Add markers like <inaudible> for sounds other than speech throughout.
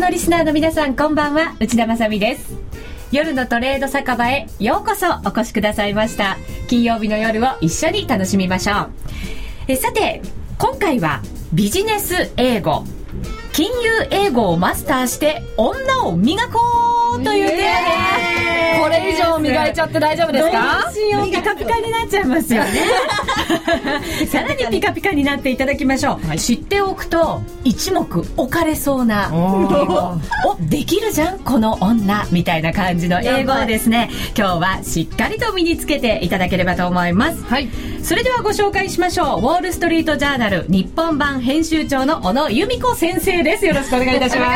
のリスナーの皆さんこんばんは内田まさみです夜のトレード酒場へようこそお越しくださいました金曜日の夜を一緒に楽しみましょうえさて今回はビジネス英語金融英語をマスターして女を磨こうというテーマですこれ以上磨いちゃって大丈夫ですかどうしようピカピカになっちゃいますよね <laughs> さらにピカピカになっていただきましょう、知っておくと一目置かれそうなおできるじゃんこの女みたいな感じの英語をですね今日はしっかりと身につけていただければと思いますはいそれではご紹介しましょうウォール・ストリート・ジャーナル日本版編集長の小野由美子先生ですよろしくお願いいたしま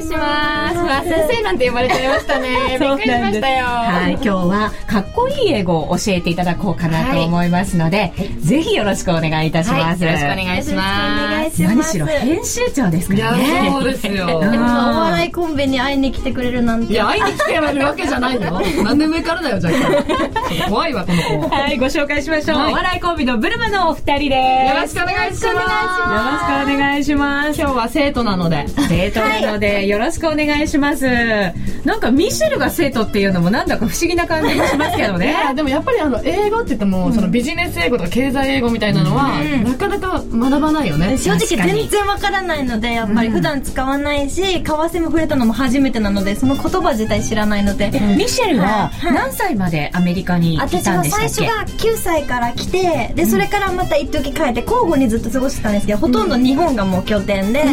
すします。まあ、先生なんて呼ばれちゃいました <laughs> ね。びっくりしましたよ。はい、今日はかっこいい英語を教えていただこうかなと思いますので、ぜひよろしくお願いいたします。よろしくお願いしまいす。し何しろ編集長ですからね。うですよでもさお笑いコンビに会いに来てくれるなんいてや会いに来てやるわけじゃないのなんで上からだよじゃあちょっと怖いわこの子よろはい、ご紹介しましょう。はいお笑いコンビのブルマのお二人です。しくお願いしまよろしくお願いしますす。今日は生徒なので生徒なので、よろしくお願いします。なんかミシェルが生徒っていうのもなんだか不思議な感じがしますけどいね。やでもやっぱりあの英語って言っても、そのビジネス英語とか経済英語みたいなのは、なかなか学ばないよね、正直全然わからないのでやっぱり普段使わないし為替も触れたのも初めてなのでその言葉自体知らないので、ミシェルは何歳までアメリカに来私たんはでした最っ初けが9歳から来てでそれからまた一時帰って交互にずっと過ごしてたんですけどほとんど日本がもう拠点で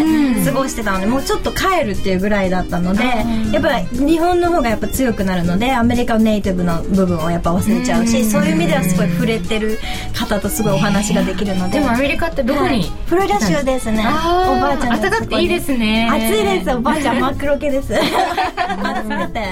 過ごしてたのでもうちょっと帰るっていうぐらいだったのでやっぱ日本の方がやっぱ強くなるのでアメリカのネイティブの部分をやっぱ忘れちゃうしそういう意味ではすごい触れてる方とすごいお話ができるのででもアメリカってどこにフロリダ州ですねおばあちゃん暖かくていいですすね。暑いですおばあちゃん真っ黒系です暑くて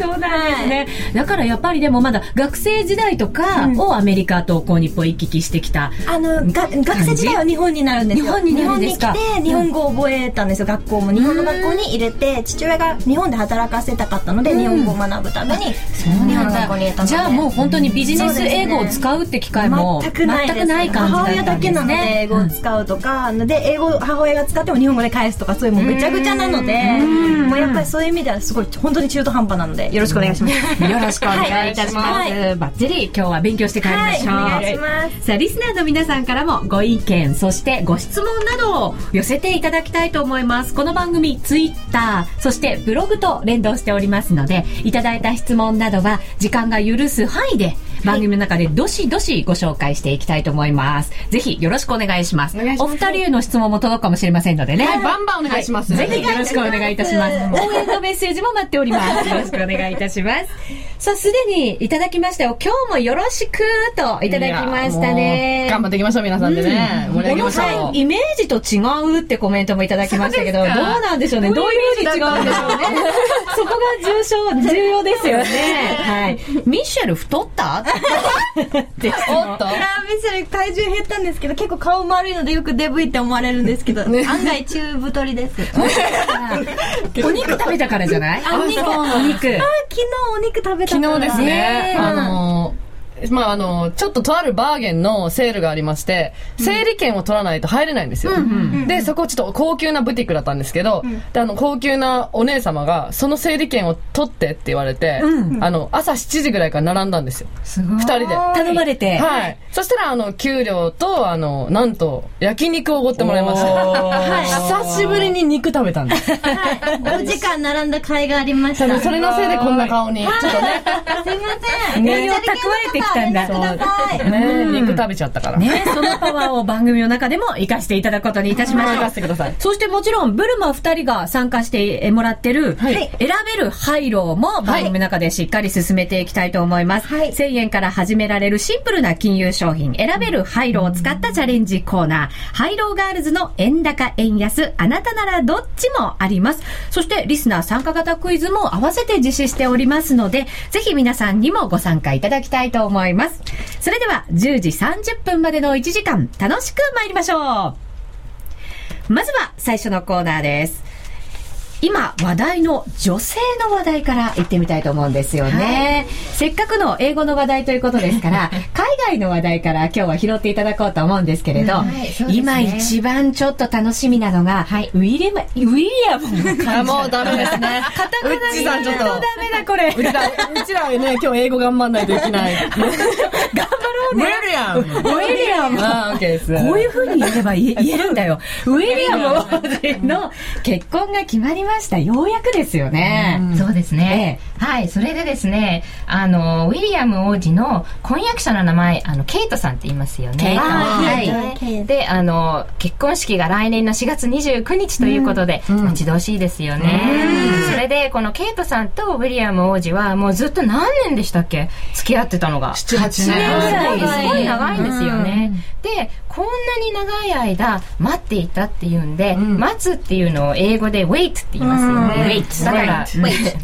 そうなんですね。だからやっぱりでもまだ学生時代とかをアメリカとこう日本行き来してきた。あのが学生時代は日本になるんですよ日本になるんですか日本に来て日本語を覚えたんですよ学校も日本の学校に入れて父親が日本で働かせたかったので日本語を学ぶために日本の学校に入れたのでじゃあもう本当にビジネス英語を使うって機会も全くないで感すじだ母親っただんでけすなのでね英語を使うとか、で英語を母親が使っても日本語で返すとかそういうもうぐちゃぐちゃなのでもうやっぱりそういう意味ではすごい本当に中途半端なのでよろしくお願いしますよろしくお願いいたします。バッチリ今日は勉強して帰りましょう。はいお願いしますさあ、リスナーの皆さんからもご意見、そしてご質問などを寄せていただきたいと思います。この番組、ツイッター、そしてブログと連動しておりますので、いただいた質問などは時間が許す範囲で番組の中でどしどしご紹介していきたいと思います。ぜひよろしくお願いします。お願いしますお二人への質問も届くかもしれませんのでね。はいバンバンお願いします、ぜひよろしくお願いいたします。応援のメッセージも待っております。よろしくお願いいたします。さあ、すでにいただきましたよ。今日もよろしくといただきましたいねやもう。頑張っていきましょう皆さんでね、盛り上げましょうこの際イメージと違うってコメントもいただきましたけど、どうそうですかなんでしょうね。どういうふうに違うんでしょうね。そこが重症、重要ですよね。はい。ミッシェル太った <laughs> って質問おっといやーミシェル体重減ったんですけど結構顔丸いのでよくデブいって思われるんですけど、案外中太りですあ <laughs> お肉食べたからじゃないお肉お肉。昨日お肉食べたから昨日ですねね、えあのーまああのーちょっととあるバーゲンのセールがありまして、整理券を取らないと入れないんですよ、でそこちょっと高級なブティックだったんですけど、であの高級なお姉様がその整理券を取ってって言われて、あの朝7時ぐらいから並んだんですよすごい二人で頼まれて。はいそしたらあの給料とあのなんと焼肉をおごってもらいましおーた久しぶりに肉食べたんですはいお時間並んだ甲斐がありまし多 <laughs> た分それのせいでこんな顔にちょっとねすいません栄養蓄えてきたんだくださいね肉食べちゃったから、ね、そのパワーを番組の中でも活かしていただくことにいたしま任せしてょくう。ださいそしてもちろん、ブルマ2人が参加してもらってる、はい選べる廃炉も番組の中でしっかり進めていきたいと思います。はい1000円から始められるシンプルな金融商品、選べる廃炉を使ったチャレンジコーナー、廃炉ガールズの円高円安、あなたならどっちもあります。そして、リスナー参加型クイズも合わせて実施しておりますので、ぜひ皆さんにもご参加いただきたいと思います。それでは、10時30分までの1時間、楽しく参りましょう。まずは最初のコーナーです。今話題の女性の <laughs> 話題から行ってみたいと思うんですよね、せっかくの英語の話題ということですから海外の話題から今日は拾っていただこうと思うんですけれど、はいそうですね今一番ちょっと楽しみなのが、はいウィリアム、ウィリアムの <laughs> あ感じ。もうダメですね。カタカナうっちさんちょっとダメだこれ。 <laughs> うちら、うちらね、今日英語頑張んないといけない。頑張ろうね。ウィリアム。ウィリアム。あー、OK です。こういうふうに言えば言 <laughs> え言えるんだよ。ウィリアム王子の結婚が決まりました。ようやくですよね。そうですね、はいそれでですねあのウィリアム王子の婚約者の名前あのケイトさんって言いますよねケイトはい、はいケイトであの結婚式が来年の4月29日ということで、待ち遠しいですよね、それでこのケイトさんとウィリアム王子はもうずっと何年でしたっけ付き合ってたのが7、8す年。ごい長いんですよね、でこんなに長い間待っていたっていうんで、ん待つっていうのを英語で wait って言いますよね、 Wait だから Wait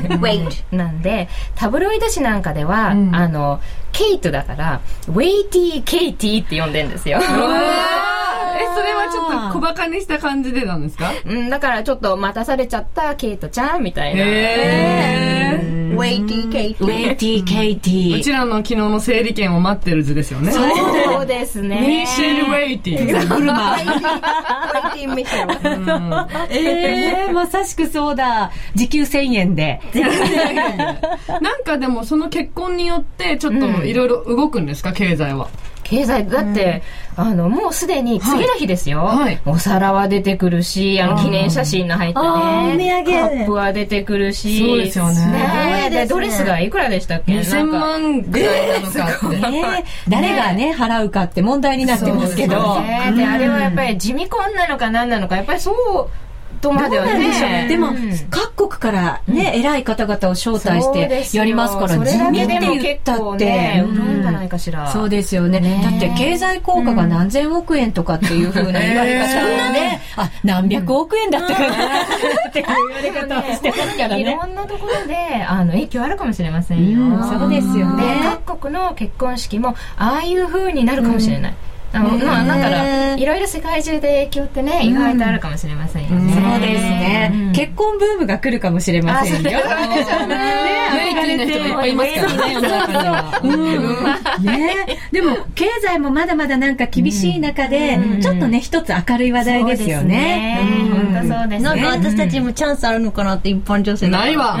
<laughs> wait wait なんでタブロイド紙なんかでは、んあのケイトだからウェイティーケイティーって呼んでんですよえ、それはちょっと小馬鹿にした感じでなんですかうん、だからちょっと待たされちゃったケイトちゃんみたいな、へー。ウェイティーケイウェイティケイテうちらの昨日の整理券を待ってる図ですよね。そうですねシェルウェイティ。ティーミシェルええまさしくそうだ。時給1000円 <laughs> で。 <laughs> なんかでもその結婚によってちょっといろいろ動くんですか、経済は。経済だって、あのもうすでに次の日ですよ、はいお皿は出てくるしあの記念写真の入ったね、あーお土産カップは出てくるしそうですよねねすごいですねでドレスがいくらでしたっけ2000なんか万ぐらいなのかって。ねえ誰がね、払うかって問題になってますけど。そうねであれはやっぱり地味婚なのか何なのかやっぱりそうとまではなんでしょうねでも、うん各国からね、偉い方々を招待そうしですてよやりますから、それ地だ味けっでても言っ結た構って。ねうん潤うんじゃないかしらそうですよねねだって経済効果が何千億円とかっていうふうな言われ方をね、あ、何百億円だったかなって <laughs> いう言われ方をしてますからいね。ろんなところであの影響あるかもしれませんよ、うんそうですよねで各国の結婚式もああいう風になるかもしれない、あのまあ、だからいろいろ世界中で影響ってね意外とあるかもしれませんよね、そうですね、結婚ブームが来るかもしれませんよ。ウェイティの人もいっぱいいますからね、世の中には。ね、でも経済もまだまだなんか厳しい中で、ちょっとね一つ明るい話題ですよね。本当そうですねなんか私たちにもチャンスあるのかなって一般女性ないわ。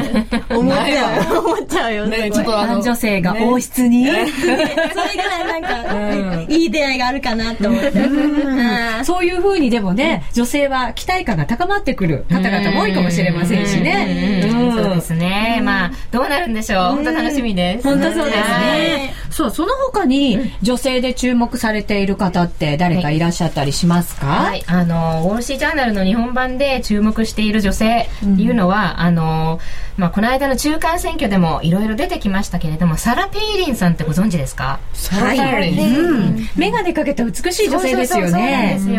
思っないちわ。ゃう思っちゃうよねね、ちょっとあ男の、女性が王室に、 <laughs> それぐらいなんかいい出会いがあるかなと思ってうんそういう風にでもね、女性は期待感が高まってくる方々も多いかもしれませんしね。うんそうでんすね、まあどうなるんでしょう本当楽しみです本当そうですね。そう、その他に女性で注目されている方って誰かいらっしゃったりしますか、はい、あの、ウォールシージャーナルの日本版で注目している女性っていうのは、あの、まあ、この間の中間選挙でもいろいろ出てきましたけれども、サラ・ペイリンさんってご存知ですかサラリーうん。メガネかけた美しい女性ですよね。そうそうそうそうなんです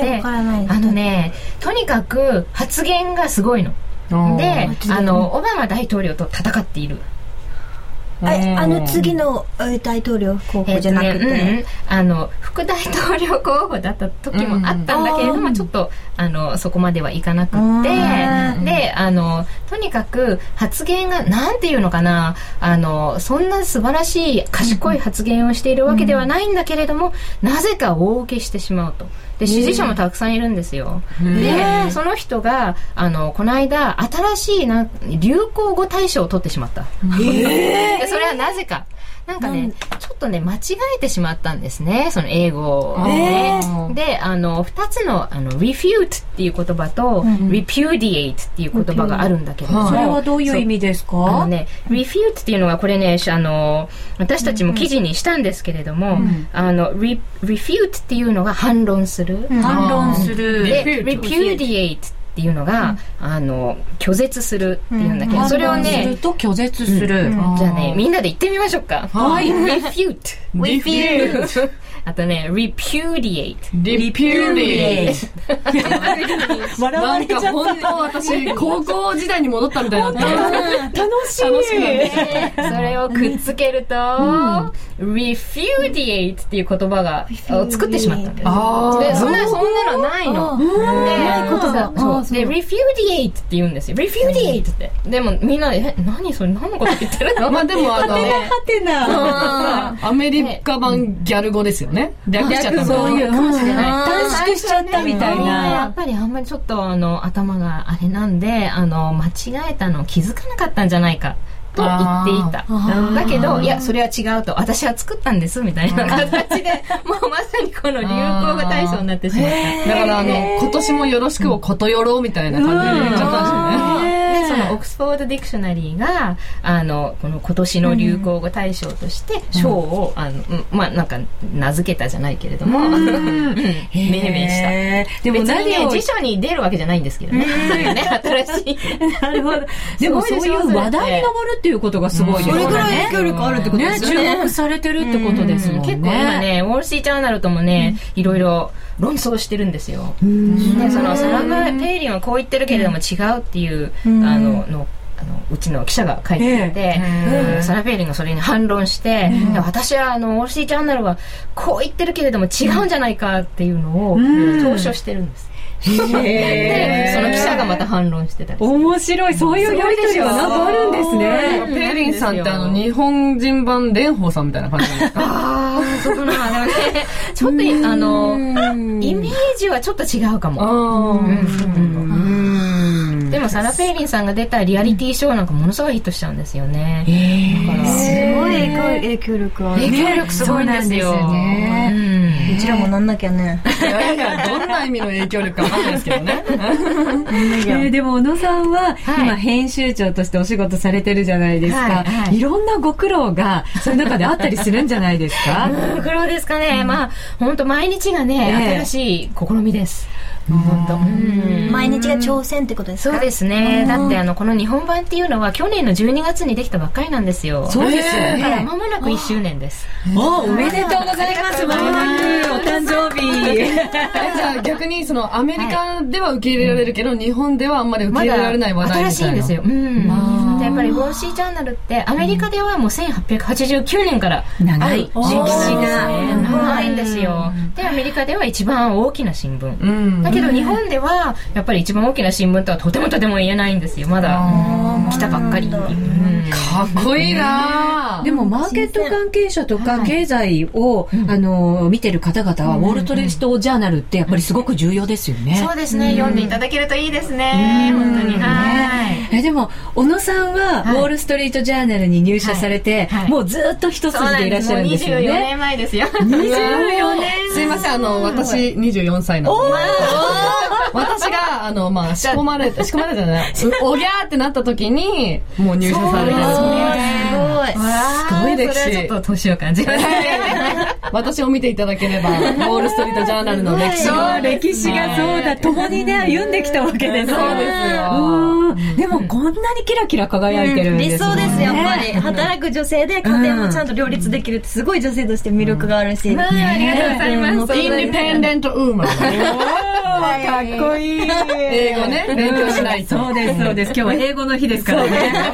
よ。ええわからないですあのね、とにかく発言がすごいの。うんで、あの、オバマ大統領と戦っている。えあの次のえー大統領候補じゃなくえっとねてうんあの副大統領候補だった時もあったんだけれども、ちょっとあのそこまではいかなくうんってであのとにかく発言がなんていうのかなあのそんな素晴らしい賢い発言をしているわけではないんだけれども、なぜか大受けしてしまうと。で支持者もたくさんいるんですよ。でその人があのこの間新しいな流行語大賞を取ってしまった。でそれはなぜか。なんかね、ちょっとね、間違えてしまったんですね、その英語をね。で、あの、二つの、あの、refute っていう言葉と、repudiate っていう言葉があるんだけれども、それはどういう意味ですあのか、ね、refute っていうのはこれね、あの、私たちも記事にしたんですけれども、あの、re- refute っていうのが反論する。反論する。で、 Refute repudiate っていうのが、あの、拒絶するっていうんだけど、それを反論すねる、と拒絶する。じゃあね、みんなで言ってみましょうか。はい refute。 refute あとね、repudiate。 <laughs> repudiate 笑なんか本当私高校時代に戻ったみたいになって楽ししいそれをくっつけると、refudiate っていう言葉がを作ってしまったんですあでーそんなそんなのないの。で、そうそうで、refudiate って言うんですよ。refudiate って。でもみんな、え、何それ何のこと言ってるのまあでもあの、はてな。あアメリカ版ギャル語ですよね。略しちゃっ逆たんだそういう、かもしれない。あー短縮しちゃったみたいーやなっ。ぱりあんまりちょっとあの頭があれなんであの間違えたの気づかなかったんじゃないかと言っていたあーだけどいやそれは違うと私は作ったんですみたいな形でもうまさにこの流行語大賞になってしまっただからあの、今年もよろしくをことよろみたいな感じで言っちゃったんですよね。でそのオックスフォード・ディクショナリーがあのこの今年の流行語大賞として賞を、あのうんまあなんか名付けたじゃないけれども、うん命名した。へーでも別に何ねを辞書に出るわけじゃないんですけどね。そういうね <laughs> 新しい。なるほど。でもすそごういいですよう話題に上るっていうことがすごいですそね。れぐらい影響力あるってことでね、すよ注ね。目されてるってことですもんね。結構今ねウォール・ストリート・ジャーナルともね、いろいろ論争してるんですよ。ね、そのサラ・ペイリンはこう言ってるけれども違うっていう、あののあのうちの記者が書いていて、うんサラ・ペイリンがそれに反論して、で私はあのウォール・ストリート・ジャーナルはこう言ってるけれども違うんじゃないかっていうのを投書してるんです。 <laughs> でその記者がまた反論してたりする面白い、そういうやりとりがなんかあるんですね。ペリンさんってあの、日本人版蓮舫さんみたいな感じなんですかああ、 <laughs> そうなのね。ちょっと、あの、イメージはちょっと違うかも。でも、サラ・ペイリンさんが出たリアリティショーなんかものすごいヒットしちゃうんですよね。だからごい影響力ある。影響力すごいんですよ。そうなんねうちらもなんなきゃね。いやいや、どんな意味の影響力かわかんないですけど <laughs> ね。えーでも小野さんは、はい今編集長としてお仕事されてるじゃないですか、はいいはいろんなご苦労がその中であったりするんじゃないですか <laughs> うん苦労ですかね。まあ、本当毎日がね、ええ新しい試みです。本当。うん毎日が挑戦ってことですそうかですね。だって、あの、この日本版っていうのは、去年の12月にできたばっかりなんですよ。そうですよだから、ね、まもなく1周年です。おおめでとうございますまもなくお誕生 <laughs> 日えじゃあ逆にそのアメリカでは受け入れられるけど、日本ではあんまり受けま入だれられない話題新みしいたんいでなす。よ。うん。でやっぱり 4C ジャーナルって、アメリカではもう1889年から、長い歴史がうん長いんですよ。で、アメリカでは一番大きな新う聞。ん。だけど日本では、やっぱり一番大きな新聞とはとてもとても言えないんですよ。まだ、来たばっかりっていう。うんかっこいいなぁでもマーケット関係者とか経済を、あのー見てる方々はウォール・トレスト・ジャーナルってやっぱりすごく重要ですよね、そうですね。読んでいただけるといいですね。本当に。はい。えでも小野さんは、はいウォール・ストリート・ジャーナルに入社されて、はいはいもうずっと一そう筋なんでいらっです。しゃもうるんですよ24ね年前ですよ。 24年すいません、あの、私24歳なんで。私が、あの、まあ、仕込まれた、仕込まれたじゃ <laughs> ない、うおぎゃーってなった時に、もう入社されてる。すごい歴史それはちょっと年を感じます私を見ていただければ、ウォール・ストリート・ジャーナルの歴史そを。う歴史がそうだ共にね歩んできたわけですそうですよ。うんでもこんなにキラキラ輝いてるん理ですも想んねですやっぱり働く女性で家庭もちゃんと両立できるってすごい女性として魅力があるし、ありがとうございます。インディペンデント・ウーマン。かっこいい。英語ね、勉強しないと。そうです、そうです。今日は英語の日ですからね。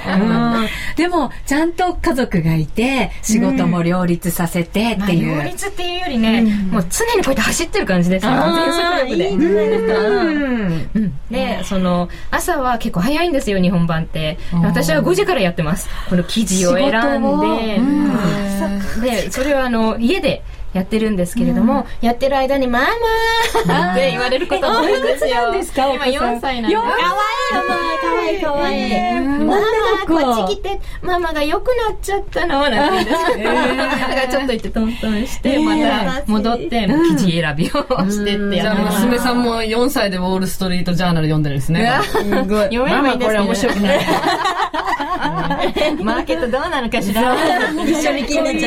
うんでも、ちゃんと家族がいて、仕事も両立させてっていう。まあ両立っていうよりね、もう常にこうやって走ってる感じですよ。全速力で。うんうんで、その、朝は結構早いんですよ、日本版って。私は5時からやってます。この記事を選仕事んをでうん、で、それはあの、家で、やってるんですけれども、やってる間に「ママ!」って言われることも多いんですよ。なんですか今4歳なんです。かわいいかわいい女ママの子こっち来てママが良くなっちゃったのなんて言うんですよだからちょっと行ってトントンしてまた戻ってもう生地選びをしてってじやゃってあます娘さんも4歳でウォール・ストリート・ジャーナル読んでるんですね。読めばいいんですけどママこれ面白くない。マーケットどうなのかしら一緒に気になっち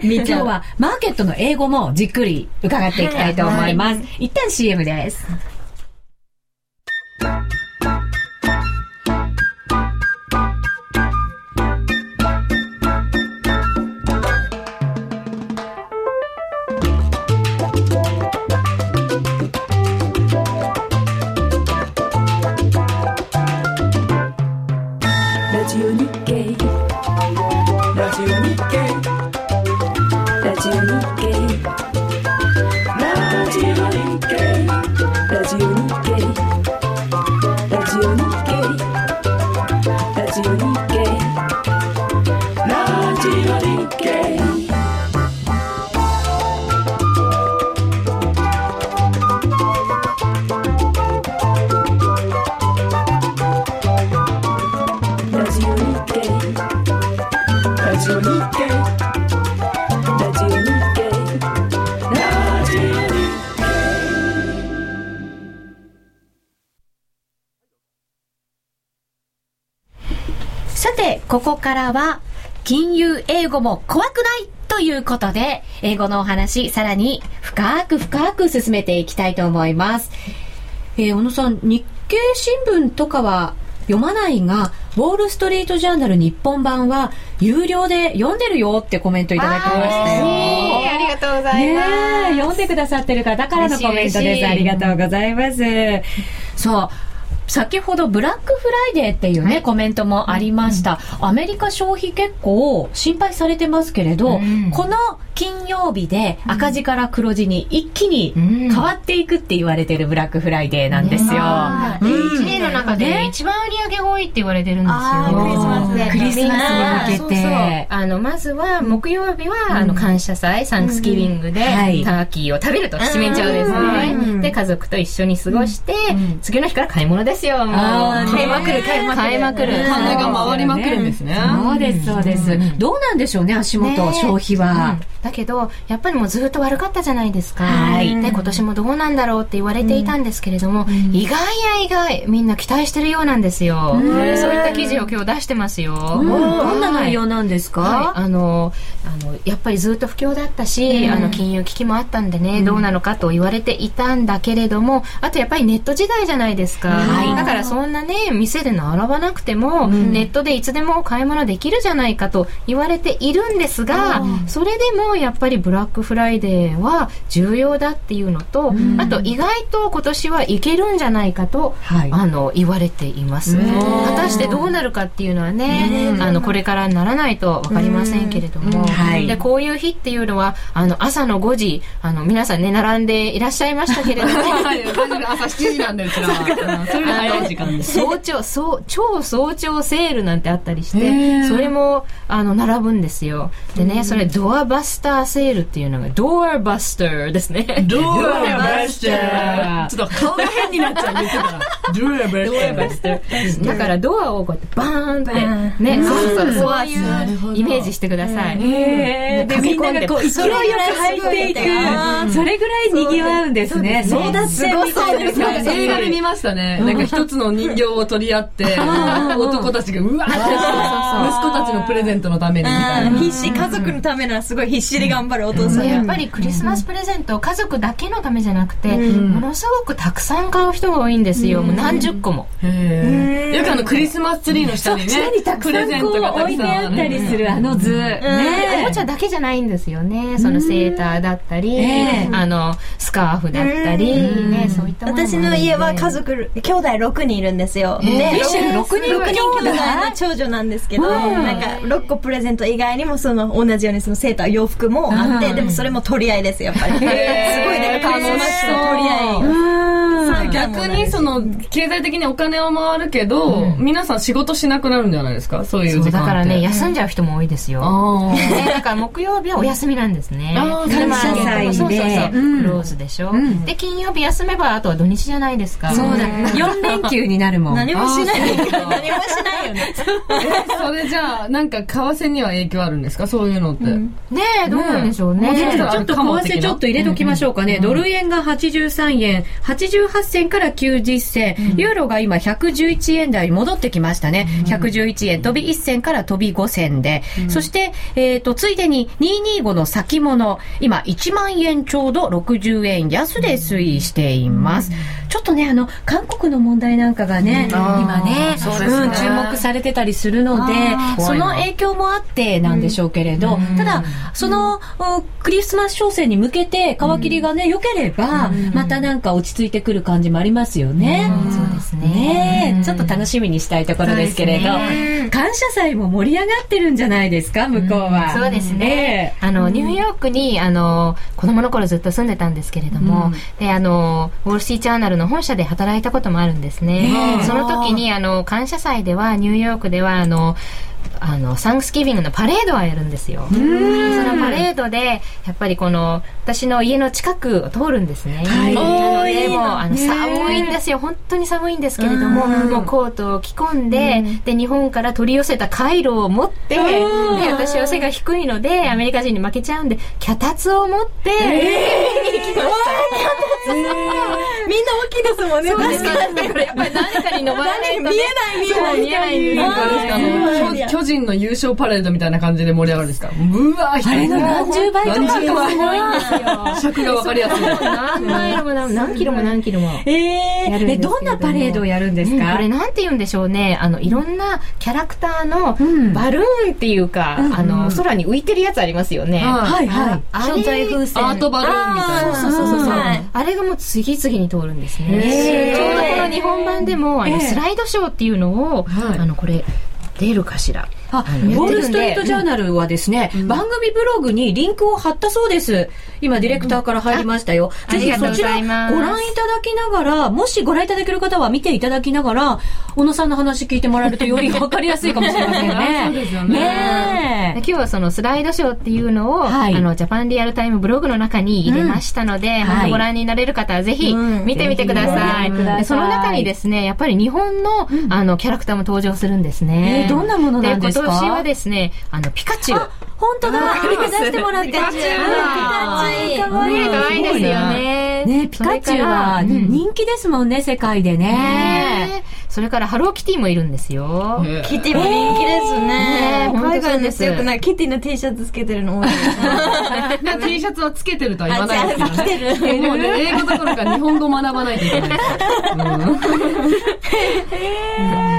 ね、った今日はマーケットの英語もじっくり伺っていきたいと思います。一旦 CM です。ラジオに日経ラジオ日経ラジオ日経ラジオ日経ラジオ日経ラジオ日経ラジオ日経ラジオ日経ラジオ日経ラジオ日経ラジオ日経ラジオ日経さて、ここからは、金融英語も怖くないということで、英語のお話、さらに深く深く進めていきたいと思います。えー小野さん、日経新聞とかは読まないが、ウォール・ストリート・ジャーナル日本版は、有料で読んでるよってコメントいただきましたよ。ありがとうございねます。え、読んでくださってる方だからのコメント嬉しでいす。ありがとうございます。そう。先ほどブラックフライデーっていうね、コメントもありました。アメリカ消費結構心配されてますけれど、うんこの金曜日で赤字から黒字に一気に変わっていくって言われてるブラックフライデーなんですよ。あーでうん一年の中で一番売り上げ多いって言われてるんですよ。あークリスマスでクリスマスに向けみんなそうそうて。あの、まずは、木曜日は、あの、感謝祭、サンクスギビングで、はいターキーを食べると、七面鳥ですうね。んで、家族と一緒に過ごしてん、次の日から買い物ですよ、もう。あー買いまくる買いまくる。買いまくる。お金が回りまくるんですね。そうです、そうです。どうなんでしょうね、足元、ね消費うはん。だけどやっぱりもうずっと悪かったじゃないですか、はいで今年もどうなんだろうって言われていたんですけれども、意外や意外みんな期待してるようなんですよ、そういった記事を今日出してますよ、うんはどいんな内容なんですか、はい、あのあのやっぱりずっと不況だったし、あの金融危機もあったんでね、どうなのかと言われていたんだけれどもあとやっぱりネット時代じゃないですか、はいだからそんなね店で並ばなくても、ネットでいつでも買い物できるじゃないかと言われているんですが、それでもやっぱりブラックフライデーは重要だっていうのと、あと意外と今年はいけるんじゃないかと、はいあの言われています。果たしてどうなるかっていうのはね、あのこれからならないとわかりませんけれども、はいでこういう日っていうのはあの朝の5時あの皆さんね並んでいらっしゃいましたけれども。はい大丈夫朝7時なんですから。うんそれが早い時間です。早朝そう超早朝セールなんてあったりしてそれもあの並ぶんですよでねそれドアバスターセールっていうのがドアバスターですね <laughs> ドアバスターちょっと顔が変になっちゃうんですから。ドアバスター。だからドアをこうやってバーンってね、そうそうそうそういうイメージしてください。へえでみんながこう勢いよく入っていくそれぐらいにぎわうんですねそうだってみたいですなんか映画で見ましたね。なんか一つの人形を取り合って、男たちがうわーって、息子たちのプレゼントのためにみたいな。必死家族のためならすごい必死で頑張るお父さんやっがぱりクリスマスプレゼントを家族だけのためじゃなくて、ものすごくたくさん買う人が多いんですよ、もう何十個も、へーよくあのクリスマスツリーの下にね、プレゼントがたくさんあるするあの図でおもちゃだけじゃないんですよねそのセーターだったり、ええあのスカーフだったり、ねそういったものもある私んでの家は家族兄弟6人いるんですよ。で、えー六六人六人兄兄弟弟の長女なんですけど、なんか6個プレゼント以外にもその同じようにそのセーター洋服もあって、でもそれも取り合いですやっぱり。すごいねクリスマスの取り合い。逆にその、経済的にお金は回るけど、皆さん仕事しなくなるんじゃないですかそういうそう時間って。だからね休んじゃう人も多いですよ、あー <laughs> ねだから木曜日はお休みなんですね。あー車感謝祭でそうそうそう。うんクローズでしょ、で、金曜日休めば、あとは土日じゃないですか。そうだ4連休になるもん何もしない。何もしないよね。それじゃあ、なんか為替には影響あるんですかそういうのって。ねえ、どうなんでしょうね。ねえちょっと為替ちょっと入れときましょうかね。ドル円が83円、88銭から90銭、ユーロが今111円台戻ってきましたね。111円、飛び1銭から飛び5銭で。そして、えっ、と、ついでに225の先物、今1万円ちょうど60円安で推移しています。ちょっとねあの韓国の問題なんかがね、今ねそうですねん、注目されてたりするのであーその影響もあってなんでしょうけれど、ただその、うんクリスマス商戦に向けて皮切りがね良ければ、またなんか落ち着いてくる感じもありますよね。そうですねちょっと楽しみにしたいところですけれど、そうです感謝祭も盛り上がってるんじゃないですか向こうは。そうですねええ。あの、ニューヨークに、あの、子供の頃ずっと住んでたんですけれども、で、あの、ウォールシーチャーナルの本社で働いたこともあるんですねえ。えその時に、あの、感謝祭では、ニューヨークでは、あの、あの、サンクスギビングのパレードはやるんですよ。そのパレードで、やっぱりこの、私の家の近くを通るんですね。いなので、もう、あの、寒いんですよ。本当に寒いんですけれども、もうコートを着込んで、で、日本から取り寄せたカイロを持って、で、私は背が低いので、アメリカ人に負けちゃうんで、脚立を持って、みんな大きいですもんね。そうです確かに。ね。これやっぱり何かに登らないとね見えない見えない。見えないんですなんかあの巨巨人の優勝パレードみたいな感じで盛り上がるんですかうわーあれの何十倍とか何十倍尺が分かりやすい何マイルも何 <laughs> 何キロも何キロも。ええやるんですけれどもえどんなパレードをやるんですうんか、これなんて言うんでしょうね。あの、いろんなキャラクターのんバルーンっていうか、あの、空に浮いてるやつありますよね。はいいはい。あれアートバルーンみたいなそうそうそうそう、はいあれがもう次々に通るんですね。へーちょうどこの日本版でも、あえのえスライドショーっていうのを、はいあのこれ出るかしら。あ、ウのォール・ストリート・ジャーナルはですね、番組ブログにリンクを貼ったそうです。今、ディレクターから入りましたよ。うぜんひありそがとうごちらざいごます覧いただきながら、もしご覧いただける方は見ていただきながら、小野さんの話聞いてもらえるとより分かりやすいかもしれません <laughs> ね。そうですよねね今日はそのスライドショーっていうのを、はいあのジャパンリアルタイムブログの中に入れましたので、またはいご覧になれる方はぜひうん見てみてください,、ぜひご覧くださいでその中にですねやっぱり日本の,、あのキャラクターも登場するんですえね、ーどんなものなんですか今年はですねあのピカチュウえ。本当だ、取り出してもらって。ピカチュウだうんピカチュウ可愛いね可愛いですよね。ね、ピカチュウはそれからうん人気ですもんね、世界でね。ねそれからハローキティもいるんですよ。へーキティも人気ですね海外え。ー本当そうでですすよくない。キティの T シャツつけてるの多いです <laughs> ね。でも T シャツはつけてるとは言 <laughs> わないですあ、よ来ねてる。もうね、英語どころか日本語学ばないといけないですよ。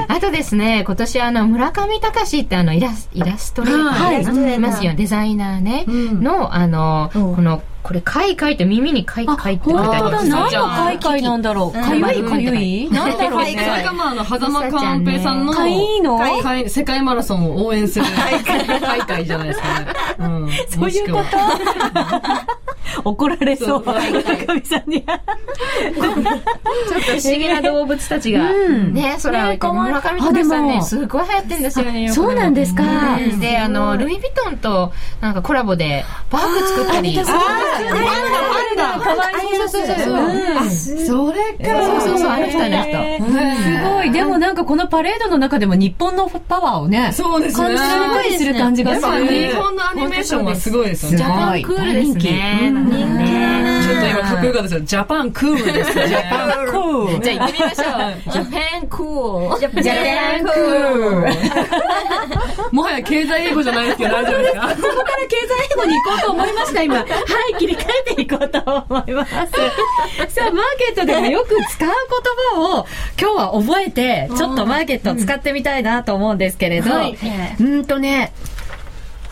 あとですね、今年あの、村上隆ってあの、イラスイラストレータはいーいますよ、デザイナーね。うんの、あの、うんこの、これ、かいかいって耳にかいあ、かいって書本い当てありだ、ます何の海本当だ外なんだろう。かゆいかゆいなんだろうそれね。がまあ、あの、狭間寛平さんの、かいいのかい世界マラソンを応援する大会じゃないですかね。うんそういうもこしくはと怒られそう。そうはい中身さんに。ちょっと不思議な動物たちが、んね、空を浮いてる、ね村上隆さんね、すごい流行ってるんですよね。よくねそうなんですか。ねで、あの、ルイ・ヴィトンと、なんかコラボで、バッグ作ったり。パンダ、パンダ。そうそうそうそう。それか。そうそうそう、あの人あの人。すごい。でもなんかこのパレードの中でも日本のパワーをね、そうですね。感じする感じがやっすぱる。日本のアニメーションはすごいですよね。すちょっごい。クールですね。大人気うんと今かっこよかったですよ。ジャパンクールですよね。ジャパン <laughs> じゃあ行ってみましょう。ジャパンクール。ジャパンク <laughs> もはや経済英語じゃないですけど大丈夫ですかここから経済英語に行こうと思いました、今。はい、切り替えていこうと思います。さあ、マーケットでもよく使う言葉を今日は覚えて、ちょっとマーケット使ってみたいなと思うんですけれど、うはいーんとね、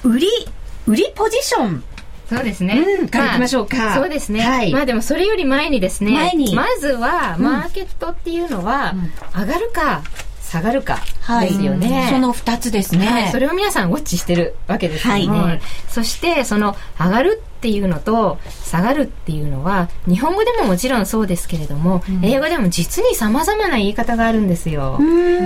売り、売りポジション。そうですね。うんから行きましょうかまあそうですね。はいまあでもそれより前にですね。前にまずは、マーケットっていうのは、上がるか、下がるか、ですよね。その二つですね。はい、それを皆さんウォッチしてるわけですよね、はそしてその上がるっていうのと下がるっていうのは日本語でももちろんそうですけれども、英語でも実に様々な言い方があるんですよ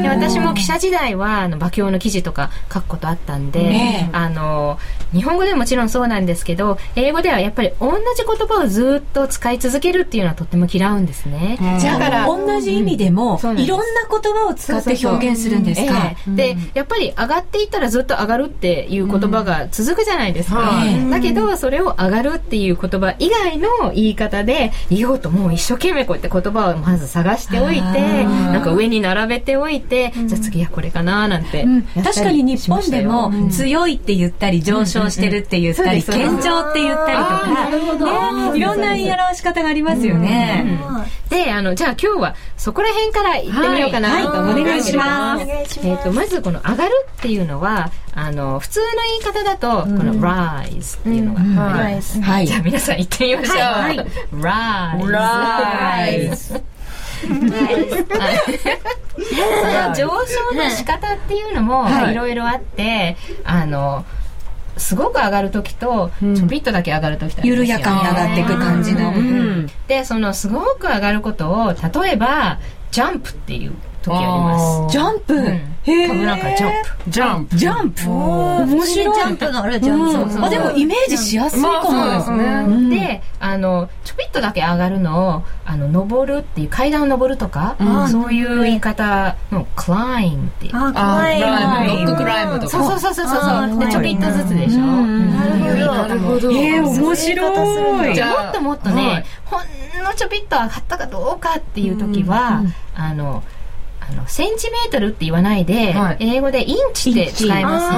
で私も記者時代はあの馬鏡の記事とか書くことあったんで、ねあの日本語でももちろんそうなんですけど英語ではやっぱり同じ言葉をずっと使い続けるっていうのはとっても嫌うんですね、じゃだからあ、同じ意味でも、そうなんでいすろんな言葉を使って表現するんですか。ええでやっぱり上がっていったらずっと上がるっていう言葉が続くじゃないですか、はいだけどそれを上上がるっていう言葉以外の言い方で言おうともう一生懸命こうやって言葉をまず探しておいてなんか上に並べておいて、じゃあ次はこれかななんて、うんやったり確かに日本でも強いって言ったり上昇してるって言ったりそうです堅調って言ったりとかねいろんな言い表し方がありますよねであのじゃあ今日はそこら辺から行ってみようかなと思はいいまおす、願いします願いしえー、とまずこの「上がる」っていうのはあの普通の言い方だと、この「rise」っていうのが、はいます。はいじゃあ皆さん言ってみましょう。はい rise。はいその上昇の仕方っていうのもはいいろいろあって、あのすごく上がる時とんちょびっとだけ上がる時とありますよ緩やねかに上がっていく感じのうんでそのすごく上がることを例えばジャンプっていう時あります。ジャンプうんへー株なんかジャンプ。ジャンプジャンプ面白いジャンプのあるジャンプ。そうそうあでもイメージしやすいかまもあそうですね、であのちょびっとだけ上がるのをあの登るっていう階段を登るとか、んそういう言い方の「climb」っていう。あ、あ怖いライムロッククライムとそうそうかそうそうあそうーでちょびっとずつでしょ、うんなるほどどえー面白いじゃあもっともっとね、はいほんのちょびっと上がったかどうかっていう時は、あのあのセンチメートルって言わないで、はい英語でインチって使いますよ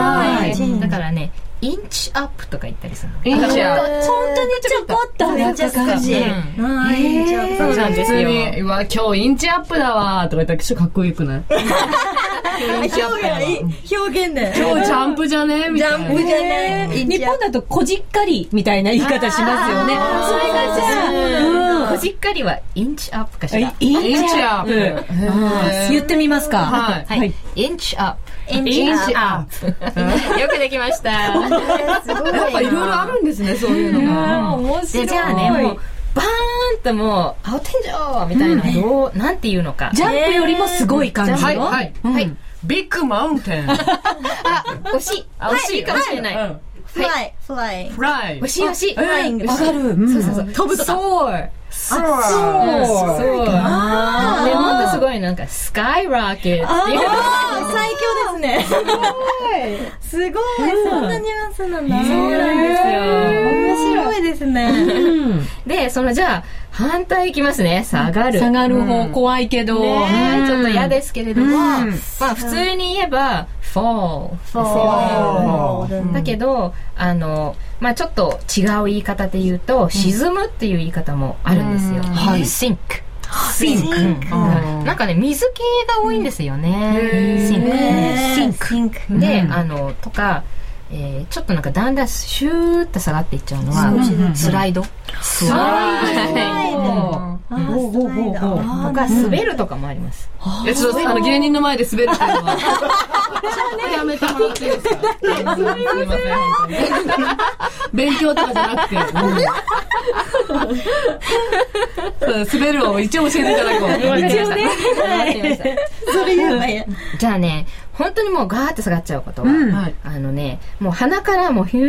はね、いインチうんだからねインチアップとか言ったりするのインチアッ本当にちょこっとめっちゃ少し。うんいいじゃんプそうなんですよ普通に「うわ今日インチアップだわ」とか言ったらちょっとかっこよくない今日インチアップだわ表現、表現で。今日ジャンプじゃねみジたいャなンプじゃない。いい日じゃん本だとこじっかりみたいな言い方しますよねあーそれがじゃあうこんじっかりはインチアップかしらえインインチアップチアップ言ってみますかはいはい、インチアエンイジンンアチッアップップよくできましたやっぱいろいろあるんですねそういうのが面でじゃあねもうバーンともう青天井みたいなのを、なんていうのかジャンプよりもすごい感じのはいはいうんはいビッグマウンテンあ惜しいあ惜しいかもしれない、うんプ。フライ、フライ。フライ惜しい惜しいフライング。上がるうんそうそうそう飛ぶとかそうソーそうでもっとすごいなんかスカイラケットっていうあー最強ですね。すごい。すごい。そんなニュアンスなんだ。そうなんですよ。面白いですね。でそのじゃあ反対いきますね下がる下がる方怖いけどねうんちょっと嫌ですけれども、うんまあ普通に言えば fall だけどあの、まあ、ちょっと違う言い方で言うと、沈むっていう言い方もあるんですよ、はい sink ピンク。うんなんかね水系が多いんですよね、sink ピンク。ピンク。で、あのとか、えーちょっとなんかだんだんシューッと下がっていっちゃうのは、スライドスラあーほうほうほうほうスとか滑るとかもあります、いやちょっとあの芸人の前で滑るっていうのはやめてもらっていいですかすみません本当に勉強とかじゃなくてうんそう滑るを一応教えていただこう一応ねわかりましたそれ言えばいい。じゃあね本当にもうガーって下がっちゃうことは、はいあのねもう鼻からもうヒュ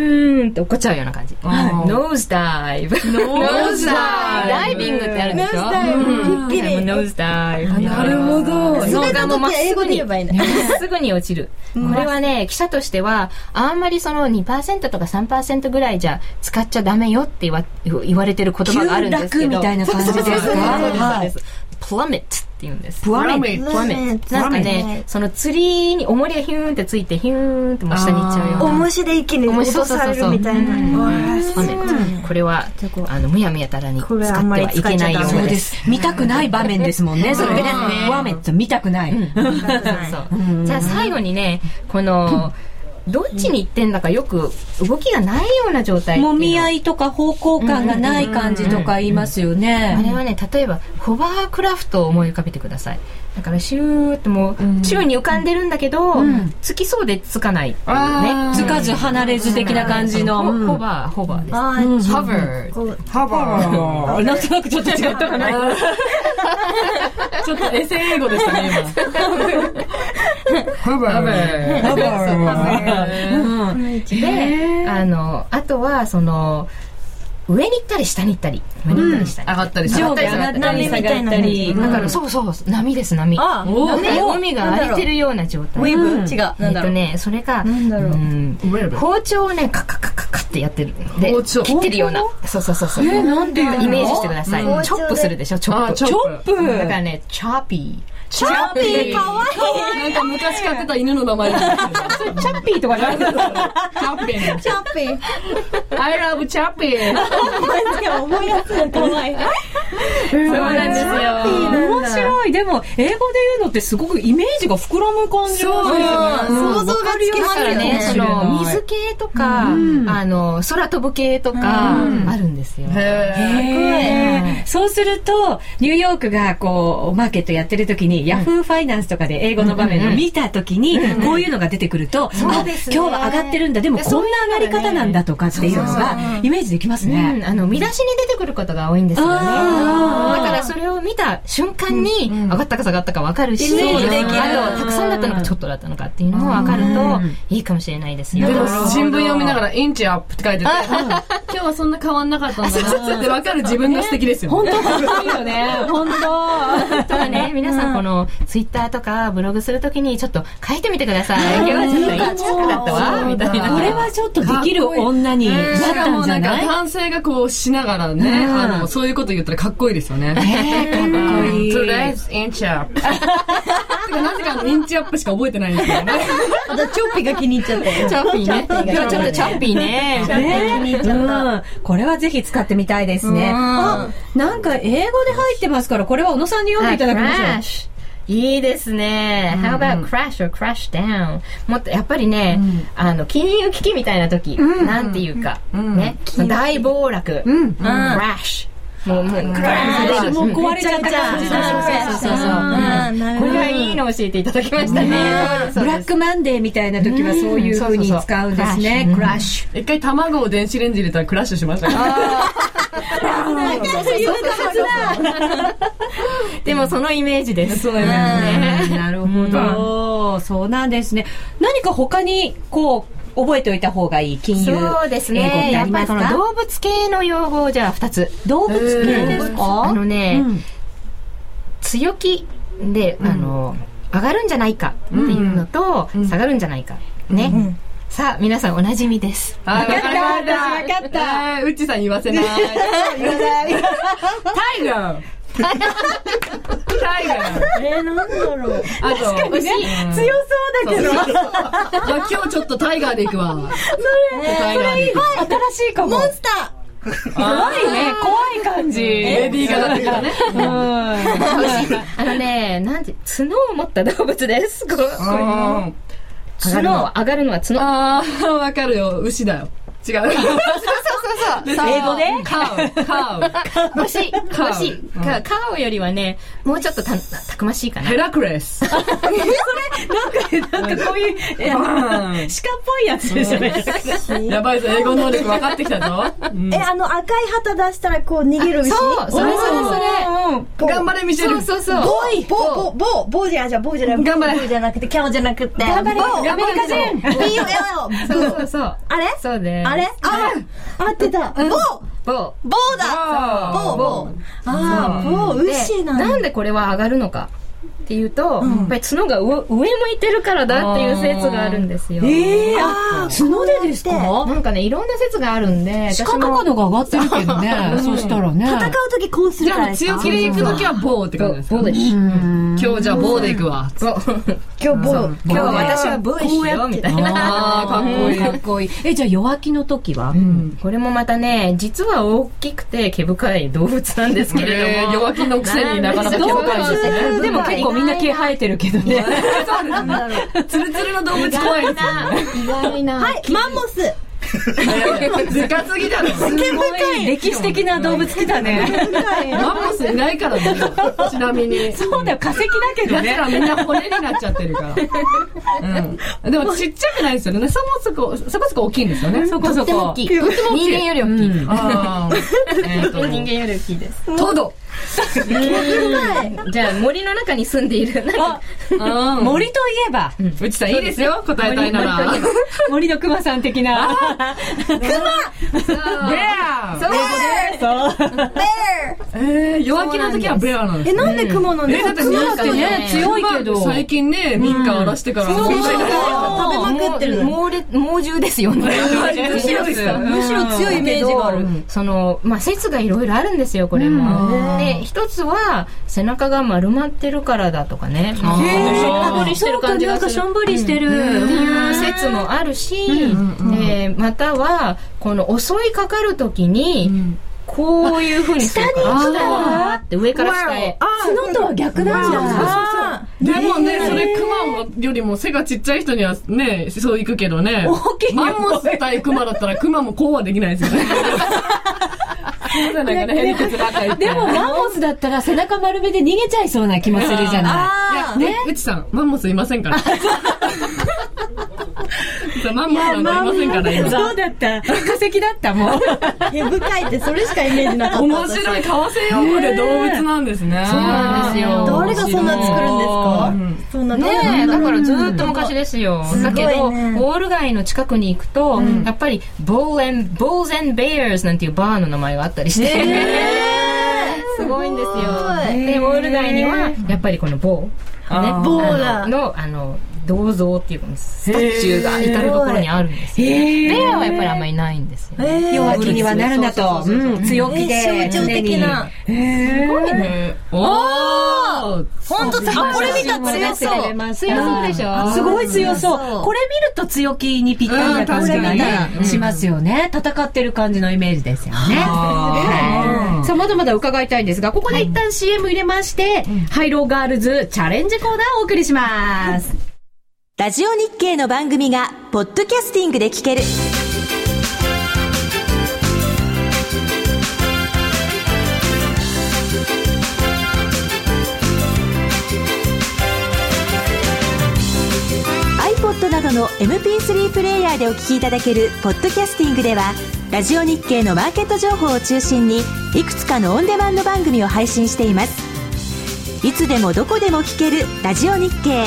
ーンって落っこっちゃうような感じ、はいノーズダイブノーズダイブダイビングってあるでしょノーズダイブうんはいもうノーズダイブなるほど脳がもうまっすぐ英語で言に、えばいいねまっすぐに落ちる。これはね、記者としては、あんまりその2%とか3%ぐらいじゃ使っちゃダメよって言わ言われてる言葉があるんですけ急落ど。みたいな感じですかそうそうそうそうですそうはでいす。プラメットって言うんです。プラメプラメットなんかプラメッね、その釣りに重りがヒューンってついて、ヒューンってもう下に行っちゃうような。重しで一気に落とされるみたいな。わーすプごラいメットこれは、あの、むやむやたらに使こっれてあんまりはいけない使っちよゃダそうメうでです見たくない場面ですもんねそれねワメット見たくないそうそう。じゃあ最後にね、この、どっちに行ってんだかよく動きがないような状態っていうのもみ合いとか方向感がない感じとか言いますよあれねはね、例えば、ホバークラフトを思い浮かべてください。だから、シューってもう、宙に浮かんでるんだけど、つきそうでつかないっていうあね。つかず離れず的な感じの、ホうんホバー、ホバーです。あーホバー。ハバーなんとなくちょっと違ったかなちょっとエセ英語でしたね、今。ハバー。ハバー。で、あの、あとは、その、上に行ったり下に行ったり、上に行ったり上下に行ったり。上がったり下上がったり下がったりだから、そうそう、波です、波。あー、お波海が荒れてるような状態。ウェーブ違う。えなんっだとろう。ね、それが、なんだろううんウェーブ包丁をね、カカカカカってってやってるで包丁切ってるようなそうそうそうそう、なんていうイメージしてください、うんチョップするでしょチョッあ、プチョップ。だからねチャーピチャッピーかわいい。なんか昔飼ってた犬の名前だ。ーチャッピーとかじゃないチャッピー。チャッピー。 I love チャッピー。思い出すの可愛い。そうなんですよ。面白い。でも、英語で言うのってすごくイメージが膨らむ感じがそうですよね想像がつきまだすかよらねね。その水系とか、あの空飛ぶ系とか、あるんですよ、へーへーそうすると、ニューヨークがこう、マーケットやってる時に、ヤフーファイナンスとかで英語の場面を見た時に、こういうのが出てくると、あ、うですね今日は上がってるんだ、でもこんな上がり方なんだとかっていうのが、イメージできますね。うん、あの見出しに出てくることが多いんですよねだあーからそれを見た瞬間に上がったか下がったか分かるし、イメージできるあとたくさんだったのかちょっとだったのかっていうのも分かるといいかもしれないですよでも新聞読みながらインチアップって書いてて、今日はそんな変わんなかったんだなって分かる自分が素敵ですよね。本当とかね皆さんこのツイッターとかブログするときにちょっと書いてみてください今日はちょっといい近だったわみたいなこれはちょっとできる女になっしかたんもじなゃんかない男性がこうしながらね、あの、そういうこと言ったらかっこいいですよね。かっこいい Today's inch up. <laughs> てかなぜかあのインチアップしか覚えてないんですけどね。チョッピーが気に入っちゃ <laughs> って。チャッピーね今日ちょっとチャッピーねね、うん、これはぜひ使ってみたいですね。あ、なんか英語で入ってますから、これは小野さんに読んでいただきましょう。 Crash いいですね。How about crash or crash down? もっとやっぱりね、あの、金融危機みたいな時、なんていうか、ね、大暴落、crash。もう、もう、crash。もう壊れちゃった感じだそうそうそうそう。あーなるこほどれはいいの教えていただきましたね。ブラックマンデーみたいな時はそういう風に使うんですね。クラッシュ。一回卵を電子レンジ入れたらクラッシュしましたから。でもそのイメージです。そうね。なるほど。そうなんですね。何か他に、こう、覚えておいた方がいい金融英語そうっですてね。あやりっぱまりすそのか動物系の用語をじゃあ2つ。動物系ですあかのね、うん強気で、あの上がるんじゃないかっていうのと、下がるんじゃないかね、さあ皆さんおなじみですあ、わかった、わかった。うっちさん言わせない。タイガータイガーえー、なんだろう。あと、確かにね、強そうだけど。いや、今日ちょっとタイガーで行くわ。それ、タイガーで行く。新しいかも。モンスタ怖いね。怖い感じ。レディーガーだったからね。あのねなんて角を持った動物ですこううん角上がるのは角あー、わかるよ。牛だよ。違う。そうそうそう <laughs> そう。英語でカウ、カ虫虫かカオよりはねもうちょっとたたくましいかウ。なヘラクレス。なんかこういう、え鹿バっーぽいやつですよね。ンやばいぞ、英語能力分かってきたぞ。うんー。え、あの、赤い旗出したらこう逃げる牛。そうそれそれそれ頑張れ、ミシェそうル。そうそうボイボーボーボーボーじゃあじゃあボーじゃない頑張れボーじゃなくてキャオじゃなくて頑張れアメリカ人ビヨエそうそうそうあれそうねあれあ合ってたボーボボーだボボーボーあーボーで牛なんだなんでこれは上がるのかっていうと、やっぱり角が上上向いてるからだっていう説があるんですよ。ええあ、角でですかなんかね、いろんな説があるんで、鹿とかのが上がってるけどね。 <laughs> そしたらね。戦う時こうすじるゃかあらもうです強か気で行くときは棒って感じですかボでしょ。今日じゃあ棒で行くわ。今日ボー今日は私はボでしよ、みたいな。あー、かっこいい。かっこいい。え、じゃあ弱気の時はこれもまたね、実は大きくて毛深い動物なんですけれえーども。弱気のくせになかなか動気物づかないですね。でも結構みんな毛生えてるけどね。ツルツルの動物怖いですよね。意外な。はいマンモスでかすぎだろ。 <laughs> 歴史的な動物来たね。マンモスいないからね。ちなみに。そうだよ、化石だけど奴ね。らみんな骨になっちゃってるから。うん。でもちっちゃくないですよね。そもそこ、そこそこ大きいんですよね。そこそとても大こ。きい。とても人間より大きい。あーえーと人間より大きいです。トド。じゃあ森の中に住んでいる。なんかうん。森といえば、うちさんいいですよ。答えたいなら。森森の熊さん的な。 Yeah そそうう。です。えー、弱気な時はブレアなんですえ、ねなんで雲のえだって雲なんかね強いけど最近ね、民家荒らしてから、そうですよ食べまくってるのもう猛烈 <laughs> 猛獣ですよね。むしろですかむしろ強いイメージがある。その、まあ、説がいろいろあるんですよ、これも。で、一つは、背中が丸まってるからだとかね。しょんぼりしてる感じがする。なんかしょんぼりしてる。っていう説もあるし、でまたはこの襲いかかるときに、こういうふうにするから下にって上から下へ角とは逆なんだ。あ <laughs> でもね、それ、クマよりも背がちっちゃい人にはね、そう行くけどね。大きいよマンモス対クマだったら、クマもこうはできないですよね。 <laughs> そうじゃないかね、変なことばっかり言ってでも、マンモスだったら背中丸めで逃げちゃいそうな気もするじゃないあいやね、うちさん、マンモスいません <laughs> から。さあマンモスなんかいませんから、今。そうだった。化石だった、もう。 <laughs> ー毛深いってそれしかイメージなかった。面白い、為替用語で動物なんですね。そうなんですよ誰がそんな作るんですかそんなねどうなえんだだろかうらずーっと昔ですよ、すごだいけねどウォール街の近くに行くと、やっぱりボーレンボーゼン・ベイアーズなんていうバーの名前があったりして、 <laughs> すごいんですよでウォール街にはやっぱりこのボー、ね、ボーがあののあの銅像っていうかスタチューが至る所にあるんですよベアはやっぱりあんまりないんですよね、えー弱気にはなるなと。うん強気えで。ー象徴的な。おー本当だ。これ見た強そう。強そうでしょすごい強そう。これ見ると強気にぴったりな感じがね、しますよね。戦ってる感じのイメージですよね。はいさあ、まだまだ伺いたいんですが、ここで一旦 CM 入れまして、ハイローガールズチャレンジコーナーをお送りします。ラジオ日経の番組がポッドキャスティングで聞ける。iPod などの MP3 プレイヤーでお聞きいただけるポッドキャスティングでは、ラジオ日経のマーケット情報を中心に、いくつかのオンデマンド番組を配信しています。いつでもどこでも聞けるラジオ日経。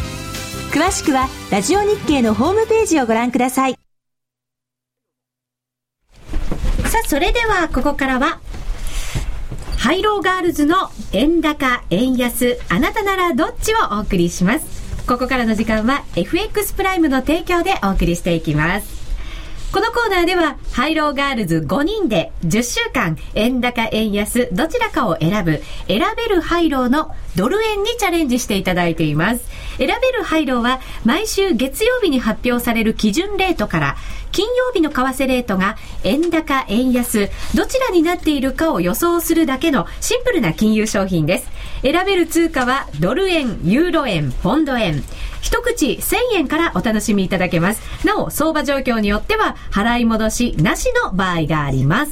詳しくはラジオ日経のホームページをご覧くださいさあ、それではここからは、ハイローガールズの円高、円安、あなたならどっちをお送りします。ここからの時間は FX プライムの提供でお送りしていきます。このコーナーでは、ハイローガールズ5人で10週間、円高、円安、どちらかを選ぶ、選べるハイローのドル円にチャレンジしていただいています。選べるハイローは、毎週月曜日に発表される基準レートから、金曜日の為替レートが円高、円安、どちらになっているかを予想するだけのシンプルな金融商品です。選べる通貨はドル円、ユーロ円、ポンド円。一口1000円からお楽しみいただけます。なお、相場状況によっては払い戻しなしの場合があります。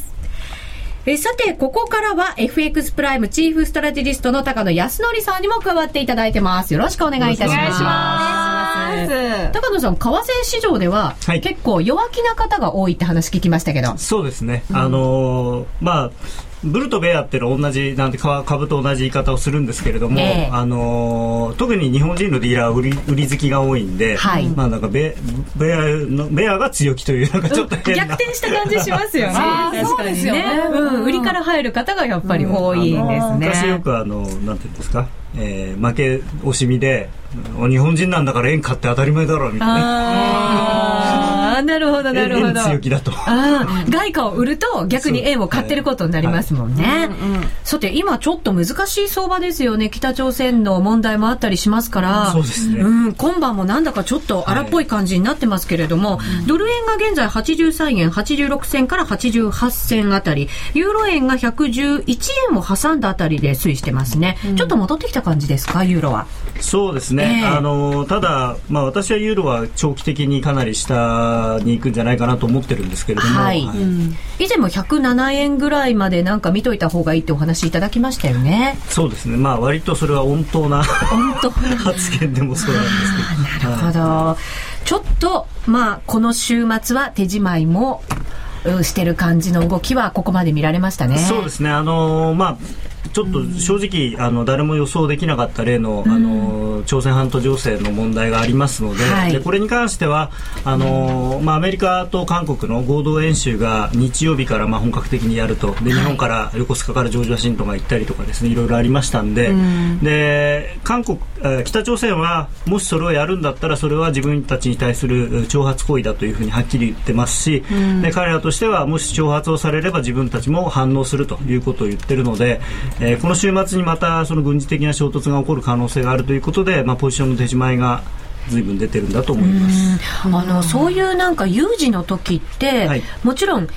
えさて、ここからは FX プライムチーフストラテジストの高野康則さんにも加わっていただいてます。よろしくお願いいたします。高野さん、為替市場では、はい結構弱気な方が多いって話聞きましたけど。そうですね、あのーまあ、ブルとベアってのは同じなんてか株と同じ言い方をするんですけれども、ええあのー特に日本人のディーラーは売り売り好きが多いんで、はいまあ、なんかベベアのベアが強気というなんかちょっと変な逆転した感じしますよね。あー確そうかでにすよねうん、売りから入る方がやっぱり多いですあのね。昔よくあのなんていうんですか、えー負け惜しみでお日本人なんだから円買って当たり前だろうみたいなああ、なるほど、なるほ円ど。強気だと。ああ、外貨を売ると逆に円を買ってることになりますもんね。さて、今ちょっと難しい相場ですよね。北朝鮮の問題もあったりしますから。そうですねうん、今晩もなんだかちょっと荒っぽい感じになってますけれども、ドル円が現在83円86銭から88銭あたり、ユーロ円が111円を挟んだあたりで推移してますね。ちょっと戻ってきた感じですか、ユーロは。そうですね、ええあのただ、まあ、私はユーロは長期的にかなり下化に行くんじゃないかなと思ってるんですけれども、はいはい以前も107円ぐらいまでなんか見といた方がいいってお話いただきましたよね。そうですねまあ割とそれは温当な発言でもそうなんですけどなるほど。ちょっと、まあ、この週末は手仕まいもうんしてる感じの動きはここまで見られましたね。そうですね、あのーまあ、ちょっと正直、あの誰も予想できなかった例の、あのー朝鮮半島情勢の問題がありますので,、はいでこれに関してはあのーまあ、アメリカと韓国の合同演習が日曜日からまあ本格的にやるとで日本から横須賀からジョージ・ワシントンが行ったりとかですねいろいろありましたんで,、で韓国えー北朝鮮はもしそれをやるんだったらそれは自分たちに対する挑発行為だというふうにはっきり言ってますし、で彼らとしてはもし挑発をされれば自分たちも反応するということを言ってるので、えーこの週末にまたその軍事的な衝突が起こる可能性があるということで、まあ、ポジションの手締まいが随分出てるんだと思います。あの、そういうなんか有事の時って、はいもちろん、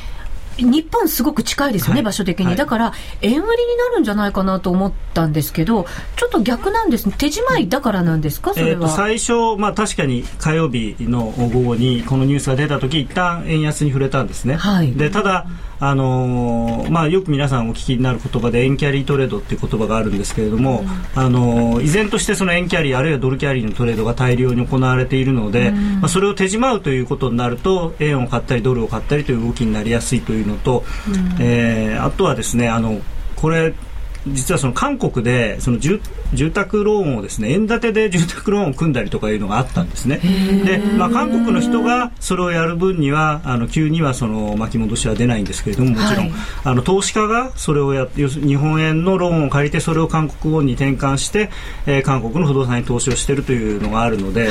日本すごく近いですよね、はい場所的に、はいだから、円売りになるんじゃないかなと思ったんですけど、ちょっと逆なんですね。手仕まいだからなんですか、そえれーとは。最初、まあ、確かに火曜日の午後にこのニュースが出た時一旦円安に触れたんですね、はいでただ、あのーまあ、よく皆さんお聞きになる言葉で円キャリートレードっていう言葉があるんですけれども、あのー依然としてその円キャリーあるいはドルキャリーのトレードが大量に行われているので、まあ、それを手締まうということになると円を買ったりドルを買ったりという動きになりやすいというのと、えーあとはですねあのこれ実はその韓国でその住住宅ローンをですね円建てで住宅ローンを組んだりとかいうのがあったんですねで、まあ、韓国の人がそれをやる分にはあの急にはその巻き戻しは出ないんですけれどももちろん、あの投資家がそれをや要するに日本円のローンを借りてそれを韓国ウォンに転換して、えー韓国の不動産に投資をしているというのがあるので、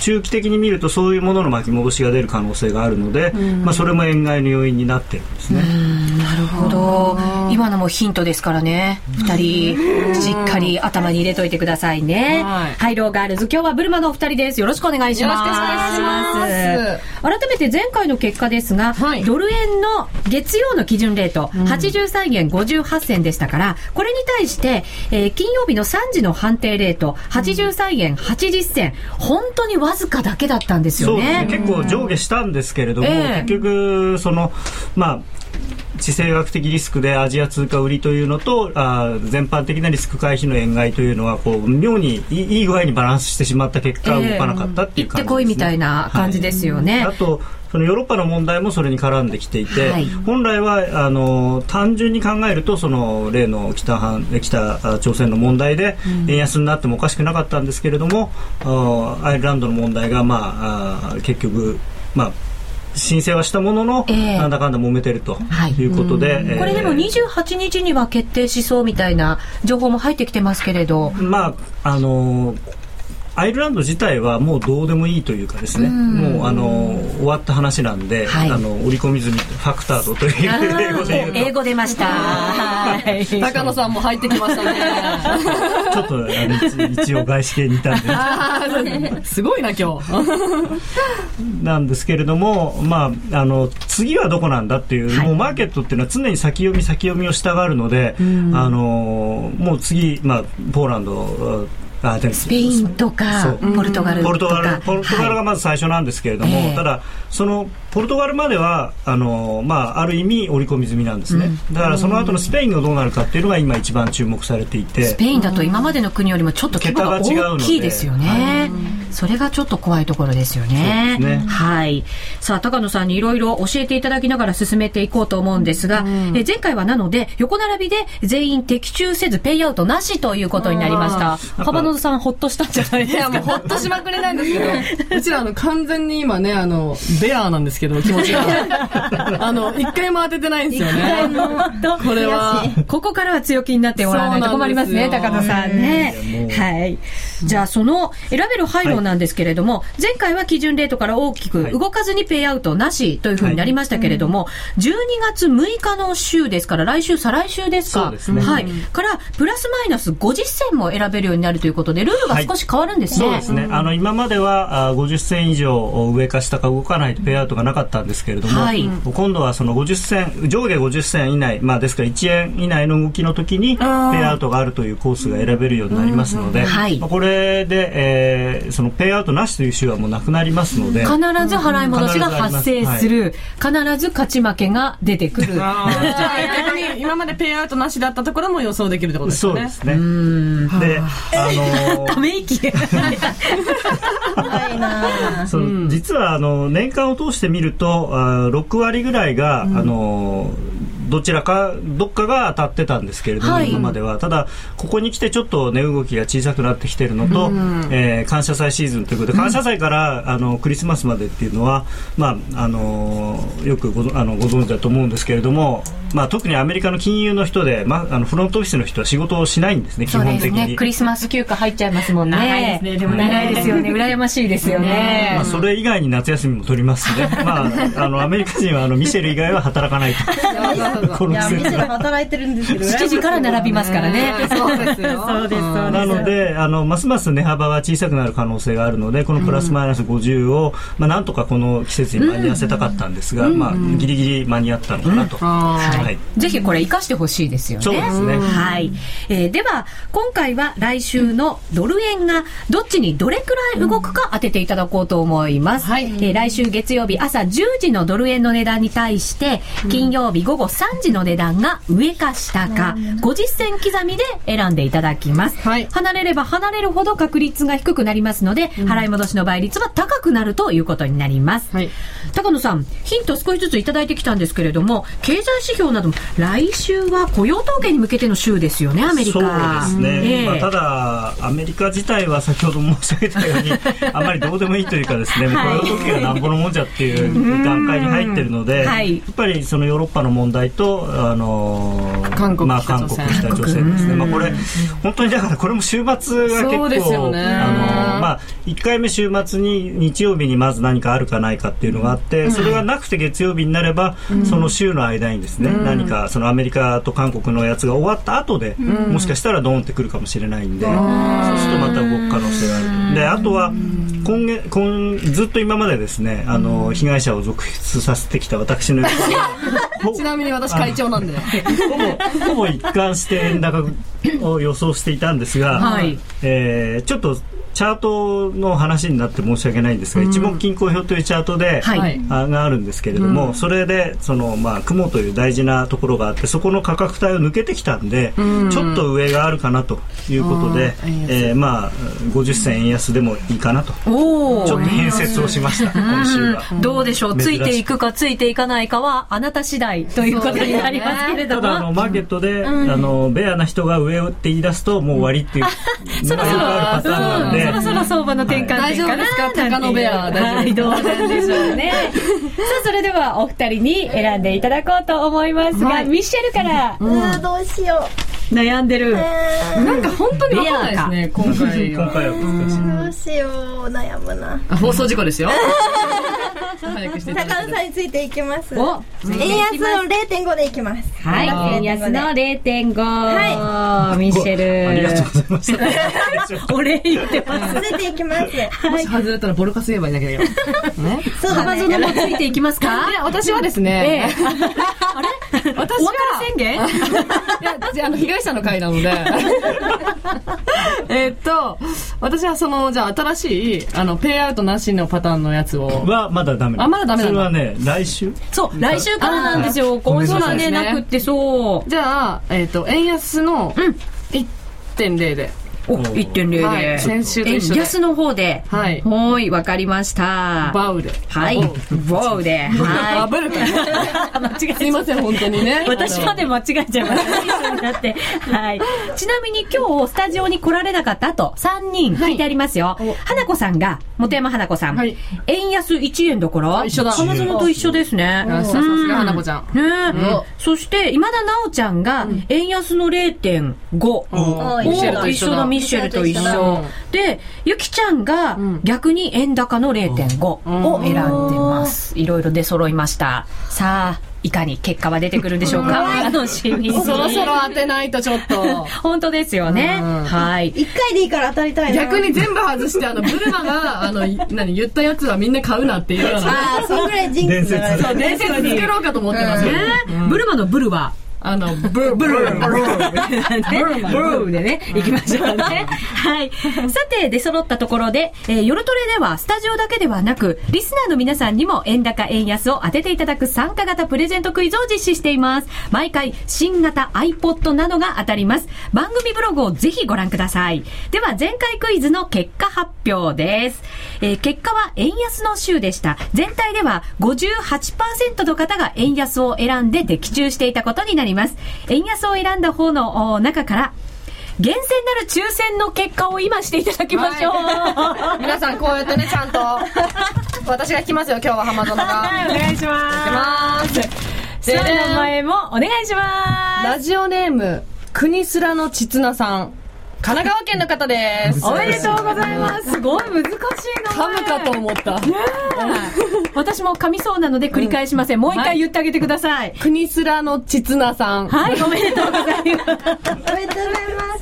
中期的に見るとそういうものの巻き戻しが出る可能性があるので、まあ、それも円買いの要因になってるんですね。なるほど。今のもヒントですからね。二人、しっかり頭に入れといてくださいね。はいハイローガールズ、今日はブルマのお二人です。よろしくお願いします。よろしくお願いし改めて前回の結果ですが、はいドル円の月曜の基準レート、83円58銭でしたから、これに対して、えー金曜日の3時の判定レート、83円80銭、本当にわずかだけだったんですよね。そうですね結構上下したんですけれども、ええ結局そのまあ地政学的リスクでアジア通貨売りというのとあー全般的なリスク回避の円買いというのはこう妙にいいいい具合にバランスしてしまった結果ええ動かなかったっていう行って感じです、ねこいみたいな感じですよね。あとそのヨーロッパの問題もそれに絡んできていて、はい本来はあの単純に考えるとその例の北半え北あ朝鮮の問題で円安になってもおかしくなかったんですけれども、あアイルランドの問題が、まあ、あ結局、まあ、申請はしたものの、ええなんだかんだ揉めてるとはいいうことで、えーこれでも28日には決定しそうみたいな情報も入ってきてますけれど、まああのアイルランド自体はもうどうでもいいというかですね、もうあの終わった話なんで、はいあの織り込み済みファクタードという英語で言英う語出ました。はい高野さんも入ってきましたね。とちょっとあの一一応外資系にい <laughs> たんで <laughs> すごいな、今日。なんですけれども、まあ、あの次はどこなんだっていう、もうマーケットっていうのは常に先読み先読みをしたがるので、あのもう次、まあ、ポーランドあでもスペインとかそうポルトガルとかポルトガルポルトガルはがまず最初なんですけれども、ええただ、そのポルトガルまではあの、まあ、ある意味織り込み済みなんですね、だからその後のスペインがどうなるかっていうのが今、一番注目されていいスてペ。インだと今までの国よりもちょっと規模が桁が違う大のできいですよね。それがちょっと怖いところですよね。そうですねはい。さあ、高野さんにいろいろ教えていただきながら進めていこうと思うんですが、え前回はなので、横並びで全員的中せずペイアウトなしということになりました。幅野さんほっとしたんじゃないいですや、もうか <laughs> ほっとしまくれなんですけど、うちらあの完全に今ね、あの、ベアーなんですけど、気持ち <laughs> が。あの、一回も当ててないんですよね。これは。 <laughs> ここからは強気になってもらわないとそう困なんりですまよすね、高野さんね。はい。じゃあ、その、選べる配慮なんですけれども、前回は基準レートから大きくはい動かずにペイアウトなしというふうになりましたけれども、12月6日の週ですから、来週、再来週ですそかうですね。はい。から、プラスマイナス50銭も選べるようになるということで、ルールが少し変わるんですそうねで。すね、あの今まではあ50銭以上上か下か動かないとペイアウトがなかったんですけれども、はい今度はその50銭上下50銭以内、まあ、ですから1円以内の動きの時にペイアウトがあるというコースが選べるようになりますので、うんはいまあこれで、えーそのペイアウトなしという週はもうなくなりますので、必ず払い戻しが発生する。必ず勝ち負けが出てくる。じゃあ逆に今までペイアウトなしだったところも予想できるってことですそようねですね。で、あのーため息。そう実はあの年間を通して見るとあー6割ぐらいが、あのどちらかどっかが当たってたんですけれども、はい今まではただここに来てちょっと値動きが小さくなってきてるのと、えー感謝祭シーズンということで感謝祭から、あのクリスマスまでっていうのは、まあ、あのよくごぞあのご存知だと思うんですけれども、まあ、特にアメリカの金融の人で、まあ、あのフロントオフィスの人は仕事をしないんですね基そう本です的ね。にク。リスマス休暇入っちゃいますもんね。長いですねでもね長いですよね。羨ましいですよまねあ、。それ以外に夏休みも取ります <laughs> ね、まあ、あのアメリカ人はあのミシェル以外は働か <laughs> ないとこの季節は働いてるんですけど7時から並びますからね。そうですよそうですそうなのであのますます値幅が小さくなる可能性があるのでこのプラスマイナス50を、まあ、なんとかこの季節に間に合わせたかったんですが、まあ、ギリギリ間に合ったのかなと、はい、ぜひこれ活かしてほしいですよね。そうですね、はい、えーでは今回は来週のドル円がどっちにどれくらい動くか当てていただこうと思います、はいえー来週月曜日朝10時のドル円の値段に対して金曜日午後3時の値段が上か下か50銭刻みで選んでいただきます、はい離れれば離れるほど確率が低くなりますので払い戻しの倍率は高くなるということになります、はい高野さんヒント少しずついただいてきたんですけれども経済指標なども来週は雇用統計に向けての週ですよねアメリカそうですね、ええまあ、ただ、アメリカ自体は先ほど申し上げ <laughs> たように、あまりどうでもいいというか、ですね、もうはいこの時がなんぼのもんじゃっていう段階に入ってるので、はいやっぱりそのヨーロッパの問題と、あのー韓国まあ、北朝韓鮮国、北朝鮮ですね、まあ、これ、本当にだから、これも週末が結そう構、ですよねあのーまあ、1回目、週末に日曜日にまず何かあるかないかっていうのがあって、それがなくて月曜日になれば、その週の間にですね、何かそのアメリカと韓国のやつが終わった後で、もしかしたらドーンってくるかもしれないんで、そうするとまた動く可能性がある。で、あとは、今月今ずっと今までですね、あの被害者を続出させてきた私の横でほち <laughs> なみに私会長なんでほぼほぼ一貫して円高を予想していたんですが、はいえーちょっとチャートの話になって申し訳ないんですが、一目均衡表というチャートで、はいはいあがあるんですけれども、それでその、まあ、雲という大事なところがあってそこの価格帯を抜けてきたんで、ちょっと上があるかなということで、あー円安えーまあ、50銭円安でもいいかなとちおょっおと変節をしました今週は。どうでしょうつ珍しいいていくかついていかないかはあなた次第ということになりますけれどただあも、のマーケットで、あのベアな人が上をって言い出すともう終わりっていうのがよくあるパターンなんで、そろそろ相場の転換点かな、大丈夫ですか高野ベアは大い、ど丈うな夫ですかんでしょうね。さあ、それではお二人に選んでいただこうと思いますが、ミッシェルからあーどうしよ悩んでる。なんか本当にわかんないですね今回今は回は難しいうどうしよう悩むなあ放送事故ですよ早くしていただ高き野たさいんについていきますお円安の0.5でいきますはい、円安の0.5。はい。ミッシェル。ありがとうございました <laughs> お礼言ってます。ついていきますもし外れたらボルカス言えばいいんだけどよ <laughs> ねそうだねでもついていきますかいや私はですええね、。あれ私おは別れ宣言いや、じゃああの、被害者の会なので。 <laughs> えっと、私はその、じゃあ新しい、あの、ペイアウトなしのパターンのやつを。はまだダメあまだダメなそんれだはね来週そう、来週からなんですよ。今週はね、ごめんなさいなくってそう。じゃあ、えっと、円安の1.0で。お、1.0で。はい。先週と円一緒で。安の方で。ははい。ーい、わかりました。バウで。はい。バウボーで。あ、はブルか。 <laughs> い。間違えすいません、本当に <laughs> ね。私まで。で間違えちゃいました。だって。はい。ちなみに今日スタジオに来られなかった後、3人聞いてありますよ。花子さんが、本山花子さん。はい円安1円だから。一緒だ花園と一緒ですね。さすうんが花子ちゃん。ねえ、そして今田奈緒ちゃんが円安の0.5、おミッシェルと一一緒緒だだミッシェルと一ミッシ緒ェルと一緒でゆきちゃんが逆に円高の0.5を選んでますいろいろ出揃いましたさあいかに結果は出てくるんでしょうかお楽しみに <laughs> そろそろ当てないとちょっと。本当ですよねうんはい一回でいいから当たりたいな <laughs> 逆に全部外して、あの、ブルマが、 <laughs> あの、い何、言ったやつはみんな買うなっていうような。ああそんぐらい人伝生説伝説作ろうかと思ってます。ねブルマのブルはあの、ブーブーブーブーブームでね、行きましょうね。はい。さて、出揃ったところで、えー夜トレでは、スタジオだけではなく、リスナーの皆さんにも、円高、円安を当てていただく参加型プレゼントクイズを実施しています。毎回、新型 iPod などが当たります。番組ブログをぜひご覧ください。では、前回クイズの結果発表です。えー結果は、円安の週でした。全体では、58%の方が円安を選んで的中していたことになります。円安を選んだ方のお中から、厳選なる抽選の結果を今していただきましょう。皆さんこうやってね、ち <laughs> ゃんと。私が来ますよ、今日は浜園が。はい、お願いします。行きまさす。であ、ね名前もお願いします。ラジオネーム、国すらのちつなさん。神奈川県の方です。おめでとうございます。すごい難しい噛むかと思った。な。私も噛みそうなので繰り返しません。もう一回言ってあげてください。国すらのちつなさん。はい、おめでとうございます。おめでとうございます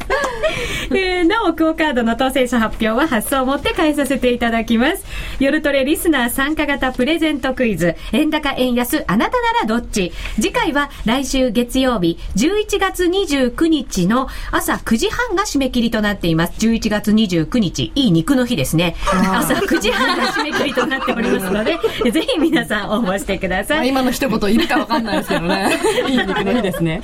<laughs> えーなお、クオカードの当選者発表は発送をもって返させていただきます。夜トレリスナー参加型プレゼントクイズ、円高円安、あなたならどっち次回は来週月曜日、11月29日の朝9時半が締め切りとなっています。11月29日、いい肉の日ですね。朝9時半が締め切りとなっておりますので、ぜひ皆さん応募してくだまさあい。今の一言いるかわかんないですけどね。 <laughs> いい肉の日ですね。